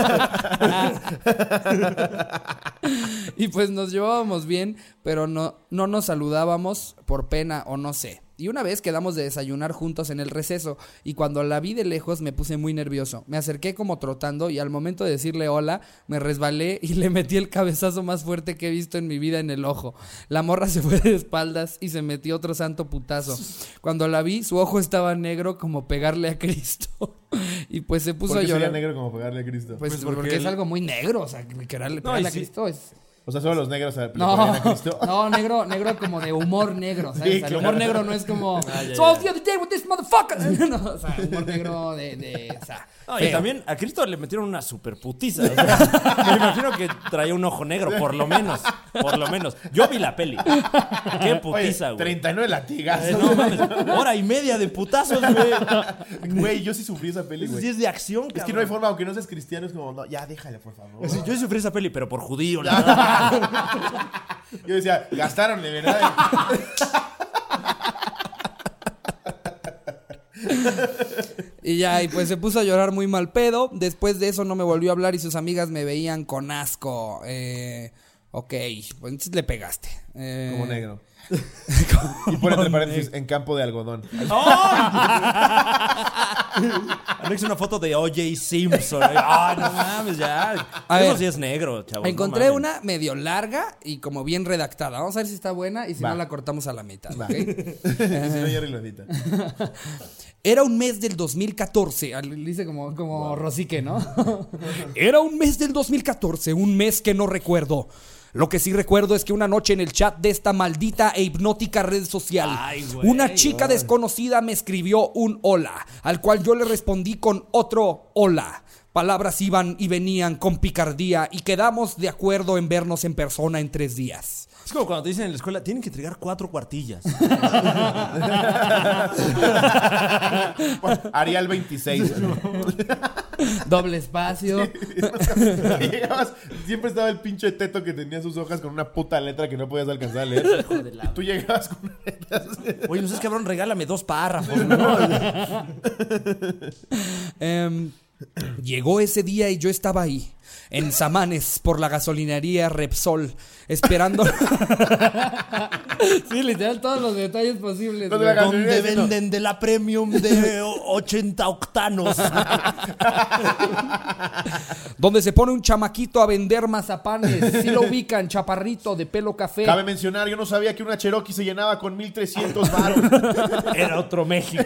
Speaker 2: Y pues nos llevábamos bien, pero no, no nos saludábamos por pena o no sé. Y una vez quedamos de desayunar juntos en el receso y cuando la vi de lejos me puse muy nervioso. Me acerqué como trotando y al momento de decirle hola me resbalé y le metí el cabezazo más fuerte que he visto en mi vida en el ojo. La morra se fue de espaldas y se metió otro santo putazo. Cuando la vi su ojo estaba negro como pegarle a Cristo. Y pues se puso
Speaker 1: ¿Por
Speaker 2: a
Speaker 1: qué sería
Speaker 2: llorar.
Speaker 1: negro como pegarle a Cristo?
Speaker 2: Pues,
Speaker 3: Pues,
Speaker 2: porque,
Speaker 3: porque
Speaker 2: es
Speaker 3: el-
Speaker 2: algo muy negro, o sea, que- que era- pegarle
Speaker 3: y
Speaker 2: a
Speaker 3: sí.
Speaker 2: Cristo es...
Speaker 1: o sea, solo los negros a- le pegarían a
Speaker 2: No,
Speaker 1: Cristo.
Speaker 2: no, negro, negro como de humor negro, ¿sabes?
Speaker 1: Sí,
Speaker 2: O sea, el
Speaker 1: claro. Ah,
Speaker 2: humor negro no es como.
Speaker 3: ya,
Speaker 2: So
Speaker 3: ya.
Speaker 2: the other day with this motherfucker. No, o sea, humor negro de. de o sea,
Speaker 3: No, y
Speaker 2: feo.
Speaker 3: también a Cristo le metieron una super putiza. o sea, me imagino que traía un ojo negro, por lo menos. Por lo menos. Yo vi la peli. Qué
Speaker 1: Oye,
Speaker 3: putiza, güey.
Speaker 1: 39 latigazos.
Speaker 3: Eh, no mames, Hora y media de putazos, güey.
Speaker 1: Güey, yo sí sufrí esa peli,
Speaker 3: Sí
Speaker 1: güey.
Speaker 3: es de acción, cabrón.
Speaker 1: Es que no hay forma, aunque no seas cristiano, es como, no, ya déjale, por favor.
Speaker 3: Sí, Yo sufrí esa peli, pero por judío. la verdad.
Speaker 1: Yo decía, gastaron de verdad.
Speaker 2: Y ya, y pues se puso a llorar muy mal pedo. Después de eso no me volvió a hablar y sus amigas me veían con asco. Eh, Ok, pues entonces le pegaste. Eh,
Speaker 1: Como negro. y pone entre paréntesis, en campo de algodón.
Speaker 3: Alex, una foto de O.J. Simpson. Ah, no mames, ya.
Speaker 2: A
Speaker 3: Eso
Speaker 2: ver.
Speaker 3: sí es negro, chavos. no
Speaker 2: Encontré
Speaker 3: mamen.
Speaker 2: una medio larga y como bien redactada. Vamos a ver si está buena y si
Speaker 1: Va.
Speaker 2: no la cortamos a la mitad.
Speaker 1: Va.
Speaker 2: ¿ok?
Speaker 1: si no, Jerry lo edita.
Speaker 2: Era un mes del 2014. al- Ah, Dice como, como Rosique, ¿no? Era un mes del 2014, un mes que no recuerdo. Lo que sí recuerdo es que una noche en el chat de esta maldita e hipnótica red social,
Speaker 3: Ay, güey.
Speaker 2: una chica desconocida me escribió un hola, al cual yo le respondí con otro hola. Palabras iban y venían con picardía y quedamos de acuerdo en vernos en persona en tres días.
Speaker 3: Es como cuando te dicen en la escuela, tienen que entregar cuatro cuartillas.
Speaker 1: Arial 26.
Speaker 2: Doble espacio.
Speaker 1: Y llegabas, siempre estaba el pinche teto que tenía sus hojas con una puta letra que no podías alcanzar a leer. Y tú llegabas con una letra.
Speaker 3: Oye, no seas cabrón, regálame dos párrafos, ¿no?
Speaker 2: Em, llegó ese día y yo estaba ahí, en Samanes, por la gasolinería Repsol, esperando. sí, literal, todos los detalles posibles.
Speaker 1: Los de la güey. gasolinería.
Speaker 3: Donde venden de la premium de o- 80 octanos.
Speaker 2: Donde se pone un chamaquito a vender mazapanes. Sí lo ubican, chaparrito, de pelo café.
Speaker 1: Cabe mencionar, yo no sabía que una Cherokee se llenaba con 1300 baros.
Speaker 3: Era otro México.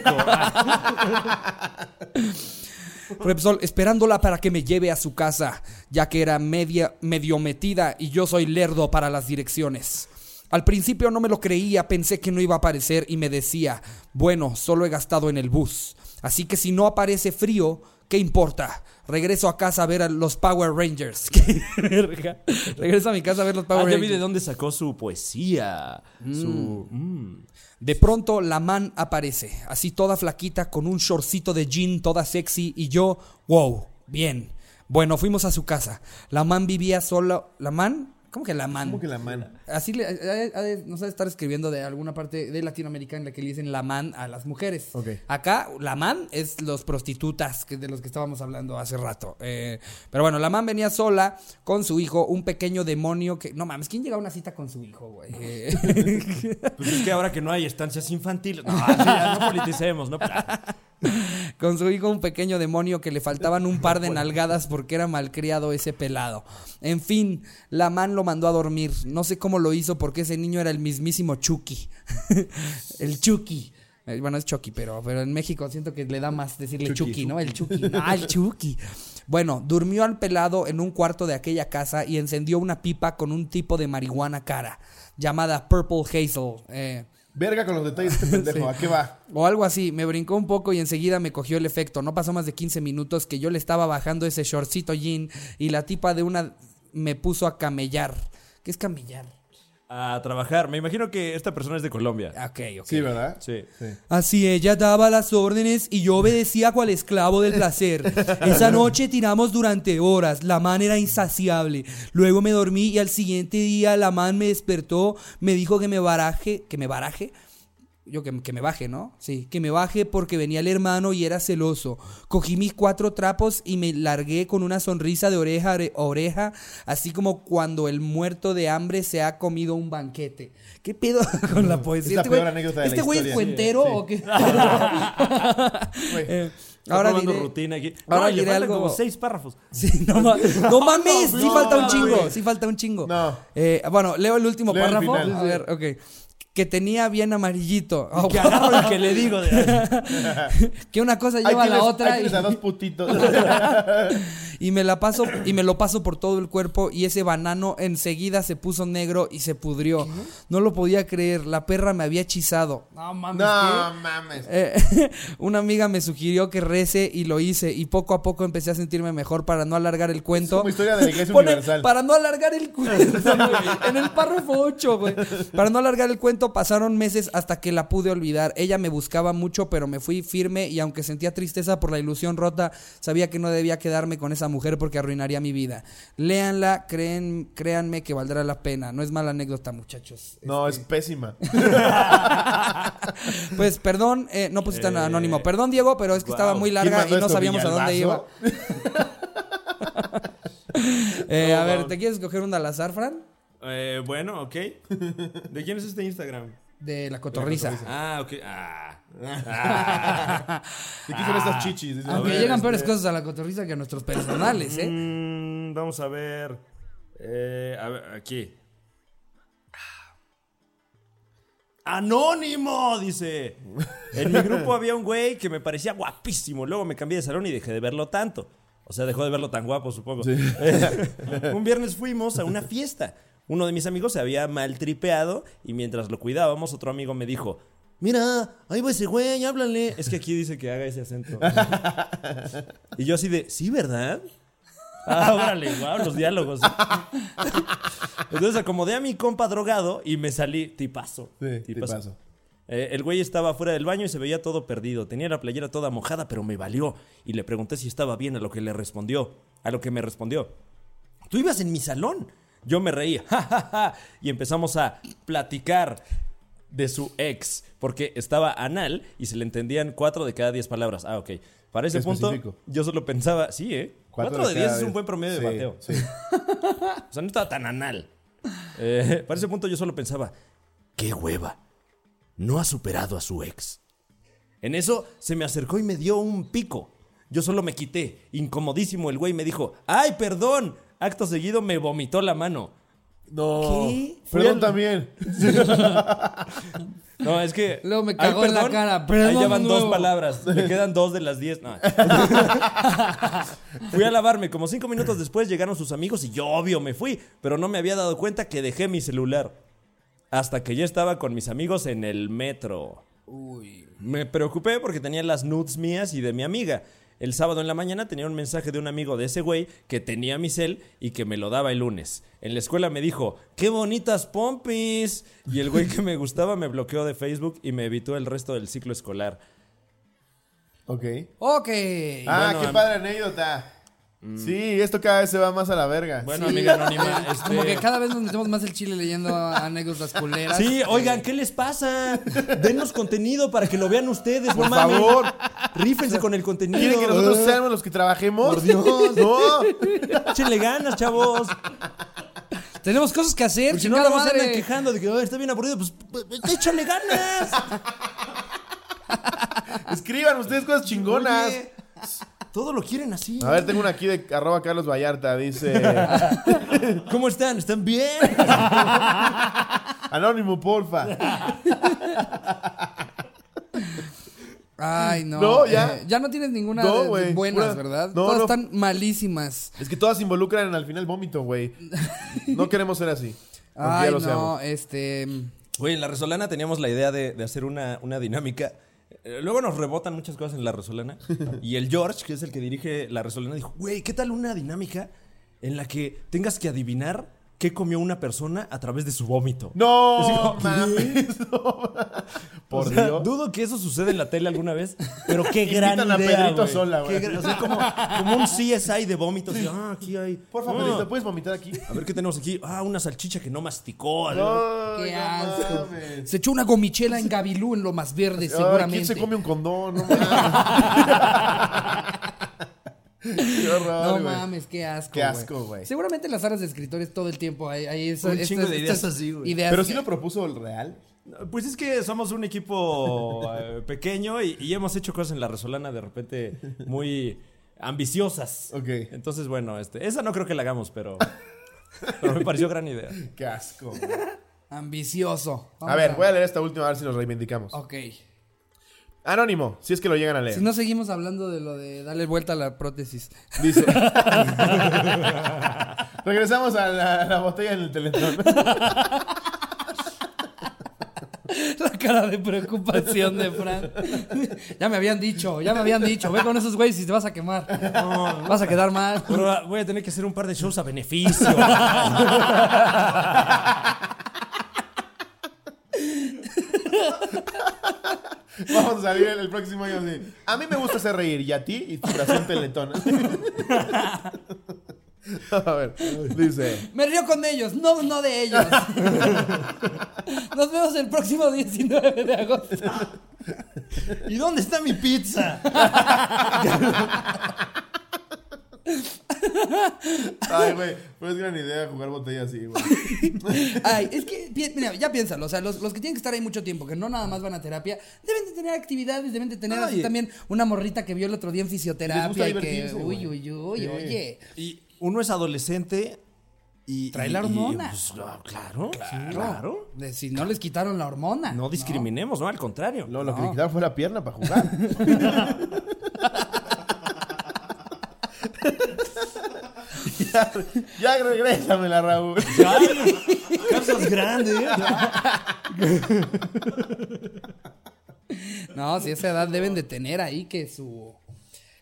Speaker 2: Repsol, esperándola para que me lleve a su casa, ya que era media, medio metida y yo soy lerdo para las direcciones. Al principio no me lo creía, pensé que no iba a aparecer y me decía, bueno, solo he gastado en el bus. Así que si no aparece frío, ¿qué importa? Regreso a casa a ver a los Power Rangers. ¡Qué verga! Regreso a mi casa a ver los Power
Speaker 3: Ah, ya vi
Speaker 2: Rangers.
Speaker 3: de dónde sacó su poesía. Su. mm.
Speaker 2: De pronto la man aparece, así toda flaquita, con un shortcito de jean toda sexy y yo, wow, bien. Bueno, fuimos a su casa. La man vivía sola. ¿La man? ¿Cómo que la man?
Speaker 1: Como que la mano.
Speaker 2: Así le, ha- ha de- nos ha de estar escribiendo de alguna parte de Latinoamérica en la que le dicen la man a las mujeres.
Speaker 1: Ok.
Speaker 2: Acá, la man es los prostitutas que, de los que estábamos hablando hace rato. Eh, pero bueno, la man venía sola con su hijo, un pequeño demonio que. No mames, ¿quién llega a una cita con su hijo, güey? Eh,
Speaker 3: Pues es que ahora que no hay estancias infantiles. No, sí, ya no politicemos, ¿no?
Speaker 2: con su hijo un pequeño demonio que le faltaban un par de nalgadas porque era malcriado ese pelado. En fin, la man lo mandó a dormir. No sé cómo lo hizo porque ese niño era el mismísimo Chucky. el Chucky. Eh, Bueno, es Chucky, pero, pero en México siento que le da más decirle Chucky, ¿no? El Chucky. Ah, el Chucky. Bueno, durmió al pelado en un cuarto de aquella casa y encendió una pipa con un tipo de marihuana cara llamada Purple Hazel. Eh,
Speaker 1: Verga con los detalles este pendejo. ¿A qué va?
Speaker 2: o algo así, me brincó un poco y enseguida me cogió el efecto. No pasó más de 15 minutos que yo le estaba bajando ese shortcito jean y la tipa de una me puso a camellar. ¿Qué es camellar?
Speaker 3: A trabajar. Me imagino que esta persona es de Colombia.
Speaker 2: Ah, Ok, ok.
Speaker 1: Sí, ¿verdad?
Speaker 3: Sí.
Speaker 2: Así ella daba las órdenes y yo obedecía cual esclavo del placer. Esa noche tiramos durante horas, la man era insaciable. Luego me dormí y al siguiente día la man me despertó, me dijo que me baraje, que me baraje. Yo que, que me baje, ¿no? Sí, que me baje porque venía el hermano y era celoso. Cogí mis cuatro trapos y me largué con una sonrisa de oreja a ore- oreja, así como cuando el muerto de hambre se ha comido un banquete. ¿Qué pedo con la poesía?
Speaker 1: la
Speaker 2: este güey-
Speaker 1: peor anécdota de la
Speaker 2: ¿este güey es
Speaker 1: historia.
Speaker 2: cuentero
Speaker 1: Sí, sí.
Speaker 2: o qué?
Speaker 1: Güey.
Speaker 2: Eh,
Speaker 3: Está
Speaker 2: ahora
Speaker 3: probando
Speaker 2: diré,
Speaker 3: rutina aquí.
Speaker 2: ahora
Speaker 3: no, le
Speaker 2: diré
Speaker 3: faltan
Speaker 2: algo-
Speaker 3: como seis párrafos.
Speaker 2: Sí, no, ma- no mames, sí
Speaker 1: No,
Speaker 2: falta un chingo,
Speaker 1: güey.
Speaker 2: sí falta un chingo.
Speaker 1: No.
Speaker 2: Eh, bueno, leo el último
Speaker 1: Leo el
Speaker 2: párrafo.
Speaker 1: final.
Speaker 2: A ver, ok. Que tenía bien amarillito. Oh,
Speaker 3: Que agarro el que le digo. de-
Speaker 2: que una cosa
Speaker 1: Ahí
Speaker 2: lleva a la
Speaker 1: tienes-
Speaker 2: otra
Speaker 1: ahí
Speaker 2: y,
Speaker 1: tienes a dos putitos.
Speaker 2: y me la paso y me lo paso por todo el cuerpo y ese banano enseguida se puso negro y se pudrió. No lo podía creer, la perra me había hechizado. No mames.
Speaker 1: no
Speaker 3: este,
Speaker 1: mames.
Speaker 2: Eh, una amiga me sugirió que rece y lo hice y poco a poco empecé a sentirme mejor para no alargar el cuento.
Speaker 1: como historia de la Iglesia
Speaker 2: Pone,
Speaker 1: Universal.
Speaker 2: Para no alargar el cuento. güey, en el párrafo 8, güey. Para no alargar el cuento pasaron meses hasta que la pude olvidar. Ella me buscaba mucho, pero me fui firme y aunque sentía tristeza por la ilusión rota, sabía que no debía quedarme con esa mujer porque arruinaría mi vida. Léanla, creen, créanme que valdrá la pena. No es mala anécdota, muchachos.
Speaker 1: No, es pésima.
Speaker 2: Pues perdón, eh, no pusiste nada anónimo. Perdón, Diego, pero es que
Speaker 3: Guau.
Speaker 2: estaba muy
Speaker 1: ¿Quién
Speaker 2: larga y
Speaker 1: mandó
Speaker 2: no
Speaker 1: esto,
Speaker 2: sabíamos a dónde iba.
Speaker 1: Villalbazo?
Speaker 2: Eh, a ver,
Speaker 1: wow.
Speaker 2: Eh, ¿te quieres coger un al azar, Fran?
Speaker 3: Eh, bueno, ok. ¿De quién es este Instagram?
Speaker 2: De la cotorriza.
Speaker 3: Ah, ok. Ah. Ah.
Speaker 1: ¿De qué son estas chichis? Dices,
Speaker 2: Aunque
Speaker 1: a ver,
Speaker 2: llegan
Speaker 1: este,
Speaker 2: peores cosas a la cotorriza que a nuestros personales, ¿eh?
Speaker 3: Mm, vamos a ver. Eh, a ver, aquí. Anónimo, dice. En mi grupo había un güey que me parecía guapísimo. Luego me cambié de salón y dejé de verlo tanto. O sea, dejó de verlo tan guapo, supongo. Eh, un viernes fuimos a una fiesta. Uno de mis amigos se había maltripeado y mientras lo cuidábamos, otro amigo me dijo: Mira, ahí va ese güey, háblale. Es que aquí dice que haga ese acento. Y yo así de, sí, ¿verdad? Ah, órale, wow, los diálogos. Entonces acomodé a mi compa drogado y me salí tipazo.
Speaker 1: Sí, tipazo.
Speaker 3: Eh, el güey estaba fuera del baño y se veía todo perdido. Tenía la playera toda mojada, pero me valió. Y le pregunté si estaba bien, a lo que le respondió. A lo que me respondió. Tú ibas en mi salón. Yo me reía. ja, ja, ja, y empezamos a platicar de su ex. Porque estaba anal y se le entendían cuatro de cada diez palabras. Ah, ok. Para ese
Speaker 1: Qué
Speaker 3: punto,
Speaker 1: específico.
Speaker 3: yo solo pensaba, sí, ¿eh? Cuatro, de
Speaker 1: cada
Speaker 3: diez es un buen promedio
Speaker 1: Sí,
Speaker 3: de bateo.
Speaker 1: sí.
Speaker 3: O sea, no estaba tan anal. Eh, para ese punto yo solo pensaba, qué hueva. No ha superado a su ex. En eso se me acercó y me dio un pico. Yo solo me quité, incomodísimo el güey me dijo, ¡ay, perdón! Acto seguido me vomitó la mano.
Speaker 1: No.
Speaker 3: ¿Qué?
Speaker 1: Perdón también.
Speaker 3: No, es que...
Speaker 2: Luego me
Speaker 3: "Ay,
Speaker 2: cagó en la
Speaker 3: perdón",
Speaker 2: cara,
Speaker 3: Ahí ya
Speaker 2: "Perdón",
Speaker 3: van dos
Speaker 2: nuevo.
Speaker 3: palabras. Le quedan dos de las diez. No. fui a lavarme. Como cinco minutos después llegaron sus amigos y yo, obvio, me fui. Pero no me había dado cuenta que dejé mi celular. Hasta que ya estaba con mis amigos en el metro.
Speaker 2: Uy.
Speaker 3: Me preocupé porque tenía las nudes mías y de mi amiga. El sábado en la mañana tenía un mensaje de un amigo de ese güey que tenía mi cel y que me lo daba el lunes. En la escuela me dijo, ¡qué bonitas pompis! Y el güey que me gustaba me bloqueó de Facebook y me evitó el resto del ciclo escolar.
Speaker 1: Ok.
Speaker 2: Ok.
Speaker 1: Ah,
Speaker 3: bueno,
Speaker 1: qué
Speaker 3: am-
Speaker 1: padre anécdota. Sí, esto cada vez se va más a la verga.
Speaker 3: Bueno,
Speaker 2: Sí.
Speaker 3: amiga anónima, este-
Speaker 2: Como que cada vez nos metemos más el chile leyendo anécdotas culeras.
Speaker 3: Sí, oigan, ¿qué les pasa? Denos contenido para que lo vean ustedes,
Speaker 1: Por
Speaker 3: no mamen.
Speaker 1: favor.
Speaker 3: Rífense con el contenido.
Speaker 1: ¿Quieren que nosotros seamos los que trabajemos? Por Dios. No.
Speaker 3: Échenle ganas, chavos.
Speaker 2: Eh, Tenemos cosas que hacer,
Speaker 1: Pues
Speaker 3: Porque si no,
Speaker 2: chingada
Speaker 3: luego se andan
Speaker 2: madre.
Speaker 3: quejando de que "Ay, está bien aburrido. Pues, pues, pues, échale ganas.
Speaker 1: Escriban ustedes cosas chingonas.
Speaker 3: Oye, todo lo quieren así.
Speaker 1: A ver, tengo una aquí de arroba Carlos Vallarta. Dice
Speaker 3: ¿Cómo están? ¿Están bien?
Speaker 1: Anónimo, porfa.
Speaker 2: Ay, no.
Speaker 1: No, ya.
Speaker 2: Eh, ya no tienes ninguna
Speaker 1: No,
Speaker 2: de- de
Speaker 1: güey.
Speaker 2: buenas,
Speaker 1: Pura-
Speaker 2: ¿verdad?
Speaker 1: No,
Speaker 2: Todas
Speaker 1: no.
Speaker 2: están malísimas.
Speaker 1: Es que todas involucran al final vómito, güey. No queremos ser así. Aunque Pues ya
Speaker 2: Ay,
Speaker 1: lo
Speaker 2: no,
Speaker 1: seamos.
Speaker 2: este.
Speaker 3: Güey, en la Resolana teníamos la idea de, de hacer una, una dinámica. Eh, Luego nos rebotan muchas cosas en la Resolana. Y el George, que es el que dirige la Resolana, dijo, güey, ¿qué tal una dinámica en la que tengas que adivinar qué comió una persona a través de su vómito?
Speaker 1: No, mames. Por
Speaker 3: O sea,
Speaker 1: Dios.
Speaker 3: Dudo que eso suceda en la tele alguna vez, pero qué gran
Speaker 1: Invitan a
Speaker 3: idea,
Speaker 1: Pedrito
Speaker 3: güey.
Speaker 1: Sola, güey.
Speaker 3: Qué gran- o sea, como, como un CSI de vómitos. y, ah, aquí hay.
Speaker 1: Porfa,
Speaker 3: ah,
Speaker 1: Pedrito, ¿puedes vomitar aquí?
Speaker 3: A ver qué tenemos aquí. Ah, una salchicha que no masticó.
Speaker 1: Ay,
Speaker 2: Qué
Speaker 1: no
Speaker 2: asco.
Speaker 1: mames.
Speaker 2: Se echó una gomichela en Gabilú en lo más verde,
Speaker 1: Ay, ¿Quién
Speaker 2: seguramente.
Speaker 1: se come un condón? No mames. Qué horror,
Speaker 2: no
Speaker 1: güey.
Speaker 2: mames, qué asco.
Speaker 1: Qué asco, güey.
Speaker 2: Seguramente en las salas de escritores todo el tiempo hay, hay esas-
Speaker 3: Un chingo
Speaker 2: estas-
Speaker 3: de ideas
Speaker 2: estas
Speaker 3: así, güey.
Speaker 2: ideas
Speaker 1: Pero
Speaker 2: que-
Speaker 1: si lo propuso el real.
Speaker 3: Pues es que somos un equipo eh, pequeño y, y hemos hecho cosas en la Resolana de repente muy ambiciosas.
Speaker 1: Ok.
Speaker 3: Entonces, bueno, este, esa no creo que la hagamos, pero, pero me pareció gran idea.
Speaker 1: Qué asco. güey.
Speaker 2: ambicioso.
Speaker 1: A
Speaker 2: Vamos
Speaker 1: ver, voy a leer esta última a ver si nos reivindicamos.
Speaker 2: Ok.
Speaker 1: Anónimo, si es que lo llegan a leer.
Speaker 2: Si no seguimos hablando de lo de darle vuelta a la prótesis.
Speaker 1: Dice. Regresamos a la, a la botella en el teletón.
Speaker 2: La cara de preocupación de Fran. Ya me habían dicho, ya me habían dicho. Ve con esos güeyes y te vas a quemar. vas a quedar mal.
Speaker 3: Pero ah, voy a tener que hacer un par de shows a beneficio.
Speaker 1: Vamos a salir el, el próximo año. así. A mí me gusta hacer reír y a ti y tu corazón teletón. a ver, dice.
Speaker 2: Me río con ellos, no, no de ellos. Nos vemos el próximo 19 de agosto.
Speaker 3: ¿Y dónde está mi pizza?
Speaker 1: Ay, güey, pero es gran idea jugar botella así, güey.
Speaker 2: Ay, es que, pi- mira, ya piénsalo. O sea, los, los que tienen que estar ahí mucho tiempo, que no nada más van a terapia, deben de tener actividades, deben de tener así
Speaker 3: Ay.
Speaker 2: también una morrita que vio el otro día en
Speaker 1: Les gusta
Speaker 2: fisioterapia. Y que,
Speaker 1: divertirse,
Speaker 2: uy,
Speaker 1: güey.
Speaker 2: uy, uy,
Speaker 1: Sí.
Speaker 2: oye.
Speaker 3: Y uno es adolescente y.
Speaker 2: Trae
Speaker 3: y-
Speaker 2: la
Speaker 3: y,
Speaker 2: hormona.
Speaker 3: pues, no, claro, claro. claro.
Speaker 2: de si no les quitaron la hormona.
Speaker 3: No discriminemos, ¿no? Al contrario.
Speaker 1: No, lo que le quitaron fue la pierna para jugar. ya, ya regrésamela, Raúl.
Speaker 3: Ya, Casas grandes.
Speaker 2: No, si esa edad deben de tener ahí que su...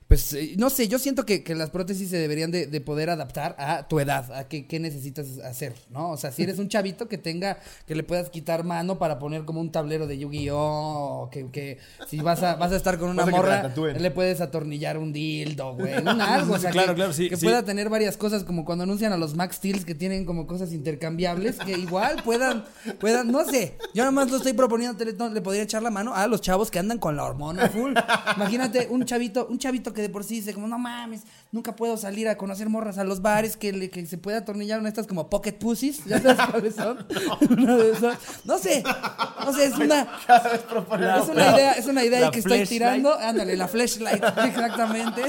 Speaker 2: Pues eh, no sé, yo siento que, que las prótesis se deberían de, de poder adaptar a tu edad, a qué, qué necesitas hacer, ¿no? O sea, si eres un chavito que tenga, que le puedas quitar mano para poner como un tablero de Yu-Gi-Oh, o que, que si vas a, vas a estar con una
Speaker 1: Vas a que te la
Speaker 2: morra,
Speaker 1: tatúen.
Speaker 2: le puedes atornillar un dildo, güey, un algo, o sea,
Speaker 3: Claro,
Speaker 2: que,
Speaker 3: claro, sí,
Speaker 2: que
Speaker 3: sí.
Speaker 2: pueda tener varias cosas, como cuando anuncian a los Max Steels que tienen como cosas intercambiables, que igual puedan, puedan, no sé, yo nada más lo estoy proponiendo, Teletón, le podría echar la mano a los chavos que andan con la hormona full. Imagínate un chavito, un chavito que de por sí dice como, no mames, nunca puedo salir a conocer morras a los bares, que, le- que se pueda atornillar una de estas como pocket pussies, ¿ya sabes cuáles son? Una de esas. No sé, no sé, es una... Es una idea, es una idea
Speaker 3: la
Speaker 2: ahí que estoy
Speaker 3: flashlight.
Speaker 2: tirando. Ándale, la flashlight, exactamente.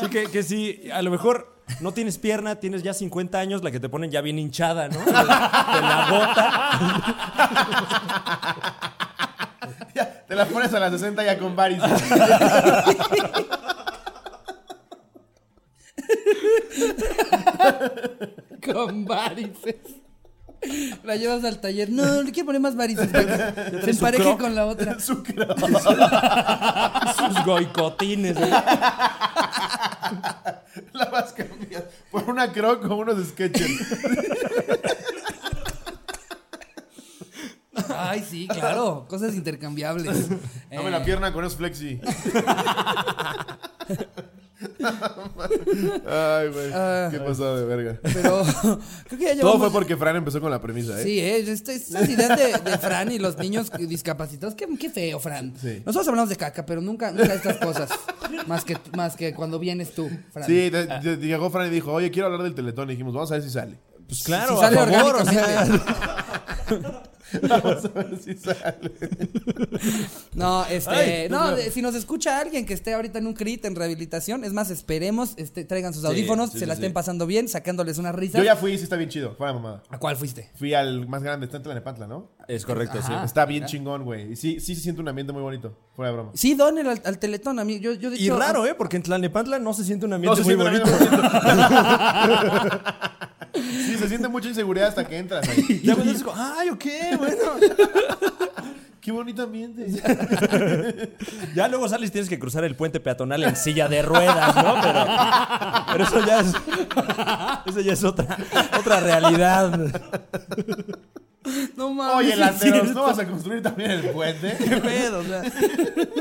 Speaker 3: Sí, que, que sí, a lo mejor no tienes pierna, tienes ya 50 años, la que te ponen ya bien hinchada, ¿no? Te la bota.
Speaker 1: Ya, te la pones a las 60 ya con varis.
Speaker 2: Con varices. La llevas al taller. No, le quiero poner más varices. para que Se
Speaker 3: traes su
Speaker 2: empareje
Speaker 3: croc.
Speaker 2: con la otra.
Speaker 3: Sus goicotines. ¿no?
Speaker 1: la vas cambiando por una croc o unos sketches.
Speaker 2: Ay, sí, claro. Cosas intercambiables.
Speaker 1: Dame
Speaker 2: Eh,
Speaker 1: la pierna con esos flexi. Ay, güey.
Speaker 2: Ah.
Speaker 1: Qué pasada de verga.
Speaker 2: Pero creo que ya
Speaker 1: Todo
Speaker 2: llevamos...
Speaker 1: fue porque Fran empezó con la premisa, ¿eh?
Speaker 2: Sí, eh, esta es idea de, de Fran y los niños discapacitados. Qué, qué feo, Fran.
Speaker 1: Sí.
Speaker 2: Nosotros hablamos de caca, pero nunca, nunca de estas cosas. Más que, más que cuando vienes tú, Fran. Ah.
Speaker 1: Sí, de- de- llegó Fran y dijo, oye, quiero hablar del teletón. Y dijimos, vamos a ver si sale.
Speaker 3: Pues claro,
Speaker 2: Si sale
Speaker 3: a favor, o sea,
Speaker 2: orgánicamente.
Speaker 1: Vamos a ver si sale.
Speaker 2: No, este,
Speaker 3: Ay,
Speaker 2: no,
Speaker 3: no, no.
Speaker 2: de- si nos escucha alguien que esté ahorita en un crit en rehabilitación, es más, esperemos, este, traigan sus audífonos,
Speaker 1: sí,
Speaker 2: se
Speaker 1: sí,
Speaker 2: la
Speaker 1: sí.
Speaker 2: estén pasando bien, sacándoles una risa.
Speaker 1: Yo ya fui y sí está bien chido. Fuera mamada.
Speaker 2: ¿A cuál fuiste?
Speaker 1: Fui al más grande, está en Tlanepantla, ¿no?
Speaker 3: Es correcto, sí.
Speaker 2: Ajá. Ah,
Speaker 1: está bien chingón, güey. Y sí, sí se siente un ambiente muy bonito. Fuera de broma.
Speaker 2: Sí, donen al, al teletón, a mí, yo, yo de
Speaker 3: Y
Speaker 2: hecho- ah,
Speaker 3: raro, ¿eh? Porque en Tlalnepantla no se siente un
Speaker 1: No
Speaker 3: ambiente
Speaker 1: se
Speaker 3: muy
Speaker 1: siente un
Speaker 3: bonito.
Speaker 1: ambiente bonito. sí, se siente mucha inseguridad hasta que entras ahí.
Speaker 3: Ya cuando dices, ay, ok, bueno.
Speaker 1: Qué bonito ambiente.
Speaker 3: Ya luego sales y tienes que cruzar el puente peatonal en silla de ruedas, ¿no? Pero, pero eso ya es. Eso ya es otra, otra realidad.
Speaker 2: No mames.
Speaker 1: ¿eh? Oye,
Speaker 2: sí,
Speaker 1: Landeros,
Speaker 2: sí.
Speaker 1: ¿no vas a construir también el puente?
Speaker 3: Qué pedo, o sea.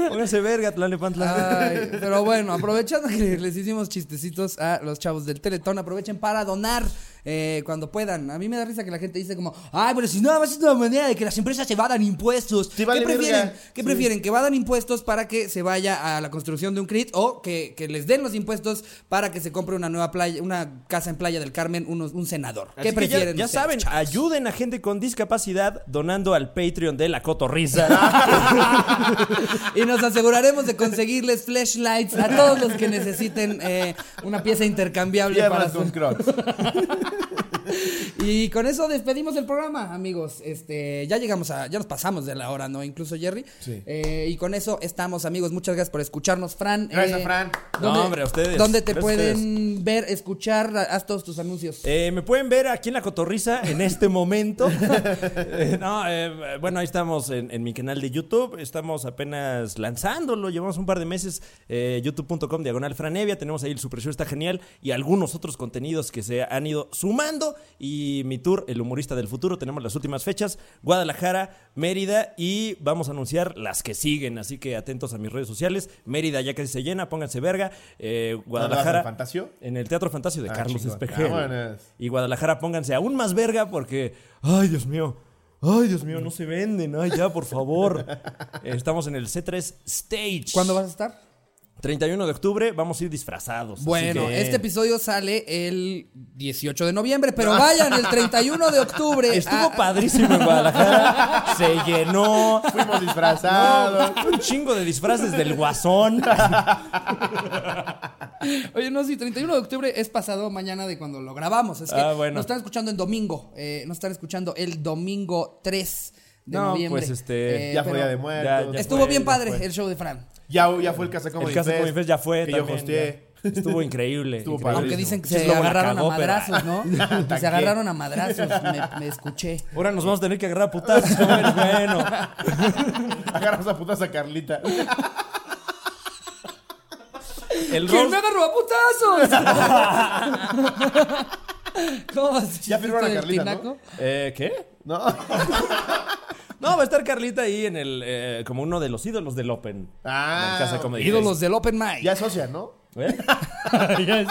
Speaker 3: Póngase verga, Tlalnepantla.
Speaker 2: Ay, pero bueno, aprovechando que les hicimos chistecitos a los chavos del Teletón, aprovechen para donar eh, cuando puedan. A mí me da risa que la gente dice como, ay, pero si nada más es una manera de que las empresas se vadan impuestos.
Speaker 1: Sí, vale
Speaker 2: ¿Qué prefieren?
Speaker 1: verga.
Speaker 2: ¿Qué prefieren? ¿Que vadan impuestos para que se vaya a la construcción de un CRIT o que, que les den los impuestos para que se compre una nueva playa, una casa en Playa del Carmen, unos- un senador? ¿Qué
Speaker 3: Así que ya-
Speaker 2: prefieren?
Speaker 3: Ya,
Speaker 2: ustedes,
Speaker 3: saben,
Speaker 2: chavos?
Speaker 3: ayuden a gente con discapacidad donando al Patreon de la Cotorrisa.
Speaker 2: Y nos aseguraremos de conseguirles flashlights a todos los que necesiten eh, una pieza intercambiable para
Speaker 1: Piernas
Speaker 2: su-
Speaker 1: con crocs.
Speaker 2: Y con eso despedimos el programa, amigos. Este, ya llegamos a, ya nos pasamos de la hora, ¿no? Incluso Jerry.
Speaker 1: Sí.
Speaker 2: Eh, y con eso estamos, amigos. Muchas gracias por escucharnos, Fran. eh,
Speaker 1: Gracias, Fran.
Speaker 3: No, hombre, a ustedes.
Speaker 2: ¿Dónde te
Speaker 3: Gracias a
Speaker 2: pueden ver, escuchar? Haz todos tus anuncios.
Speaker 3: Eh, me pueden ver aquí en la Cotorrisa en este momento. Eh, no, eh, bueno, ahí estamos en, en mi canal de YouTube. Estamos apenas lanzándolo. Llevamos un par de meses. eh, YouTube.com diagonal franevia. Tenemos ahí el Super Show, está genial. Y algunos otros contenidos que se han ido sumando. Y mi tour, El Humorista del Futuro. Tenemos las últimas fechas: Guadalajara, Mérida. Y vamos a anunciar las que siguen. Así que atentos a mis redes sociales. Mérida ya casi se llena. Pónganse verga. Eh, Guadalajara.
Speaker 1: ¿Al Fantasio?
Speaker 3: En el Teatro Fantasio de
Speaker 1: Ah,
Speaker 3: Carlos
Speaker 1: chingón.
Speaker 3: Espejel.
Speaker 1: Vámonos.
Speaker 3: Y Guadalajara, pónganse aún más verga porque. ¡Ay, Dios mío! ¡Ay, Dios mío! No se venden. ¡Ay, ya, por favor! Eh, Estamos en el C3 Stage.
Speaker 2: ¿Cuándo vas a estar?
Speaker 3: 31 de octubre vamos a ir disfrazados. así
Speaker 2: Bueno,
Speaker 3: que-
Speaker 2: este episodio sale el 18 de noviembre, pero vayan el 31
Speaker 1: este,
Speaker 2: de
Speaker 1: ah,
Speaker 2: octubre.
Speaker 3: Ah.
Speaker 2: Ah,
Speaker 3: Estuvo
Speaker 2: a-
Speaker 3: padrísimo en Guadalajara. Se llenó.
Speaker 1: Fuimos disfrazados.
Speaker 3: Un chingo de disfraces del guasón.
Speaker 2: Oye, no, sí, 31 de octubre es pasado mañana de cuando lo grabamos. Es que
Speaker 3: Ah, bueno.
Speaker 2: nos están escuchando en domingo. eh, nos están escuchando el domingo 3 de
Speaker 3: No,
Speaker 2: noviembre. Eh,
Speaker 3: pues, este,
Speaker 1: ya fue
Speaker 2: pero
Speaker 1: Día de Muertos.
Speaker 3: ya-
Speaker 2: Estuvo
Speaker 3: fue,
Speaker 2: bien
Speaker 3: ya
Speaker 2: padre
Speaker 3: fue.
Speaker 2: el show de Fran.
Speaker 1: Ya, ya fue el Casa Comedy
Speaker 3: el caso de
Speaker 1: Fest,
Speaker 3: Comedy Fest ya fue.
Speaker 1: Que yo
Speaker 3: también,
Speaker 1: hosteé.
Speaker 3: ya. Estuvo increíble.
Speaker 1: Estuvo
Speaker 3: increíble.
Speaker 2: Aunque dicen que
Speaker 3: Pinches
Speaker 2: se
Speaker 3: lobo la
Speaker 2: agarraron
Speaker 3: cagó,
Speaker 2: a
Speaker 3: pero-
Speaker 2: madrazos, ¿no? Que
Speaker 1: Ataqué.
Speaker 2: se agarraron a madrazos, me, me escuché.
Speaker 3: Ahora nos vamos a tener que agarrar a putazos. jóvenes, Bueno,
Speaker 1: Agarras a putas a Carlita.
Speaker 3: el
Speaker 2: ¿Quién
Speaker 3: Rose-
Speaker 2: me agarró a putazos? ¿Cómo se
Speaker 1: Ya firmaron a Carlita, ¿no?
Speaker 3: Eh, ¿Qué?
Speaker 1: ¿No?
Speaker 3: No, va a estar Carlita ahí en el. eh, como uno de los ídolos del Open.
Speaker 1: Ah,
Speaker 3: En Casa Comedy
Speaker 2: Ídolos del Open Mic.
Speaker 1: Ya es socia, ¿no?
Speaker 3: Fest. ¿Eh? Ya es-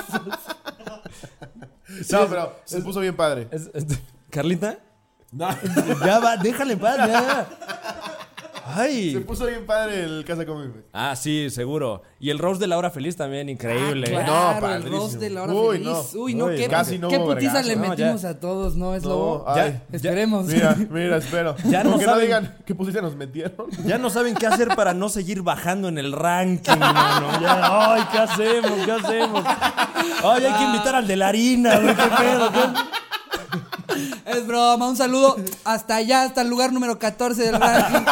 Speaker 1: no, pero se puso bien padre.
Speaker 3: es- es- ¿Carlita?
Speaker 1: No.
Speaker 3: Ya va, déjale en paz, ya. Ay.
Speaker 1: Se puso bien padre el Casa Comedy Fest.
Speaker 3: Ah, sí, seguro. Y el roast de la hora feliz también, increíble. ¿eh?
Speaker 2: Claro,
Speaker 1: Ah, No,
Speaker 2: el
Speaker 1: padrísimo.
Speaker 2: roast de la hora
Speaker 1: Uy,
Speaker 2: feliz.
Speaker 1: no.
Speaker 2: Uy, no,
Speaker 3: Uy,
Speaker 2: qué,
Speaker 1: casi no
Speaker 2: qué
Speaker 1: hubo
Speaker 2: putiza
Speaker 1: vergazo.
Speaker 2: le
Speaker 3: No,
Speaker 2: metimos
Speaker 3: ya.
Speaker 2: a todos, ¿no? Es
Speaker 1: No,
Speaker 2: lobo.
Speaker 1: ay,
Speaker 3: Ya.
Speaker 2: Esperemos.
Speaker 1: Mira, mira, espero.
Speaker 3: Ya no
Speaker 1: Porque no
Speaker 3: saben.
Speaker 1: digan qué pusiste nos metieron.
Speaker 3: Ya no saben qué hacer para no seguir bajando en el ranking, mano. Ya, ay, ¿qué hacemos? ¿Qué hacemos? Ay, hay que invitar al de la harina, güey, qué pedo. qué-
Speaker 2: Es broma, un saludo hasta allá, hasta el lugar número 14 del ranking.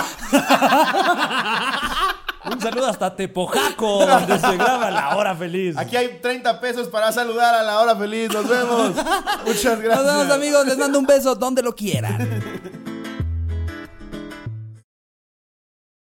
Speaker 3: Un saludo hasta Tepojaco, donde se graba la hora feliz.
Speaker 1: Aquí hay 30 pesos para saludar a la hora feliz. Nos vemos. Muchas gracias.
Speaker 2: Nos vemos amigos, les mando un beso donde lo quieran.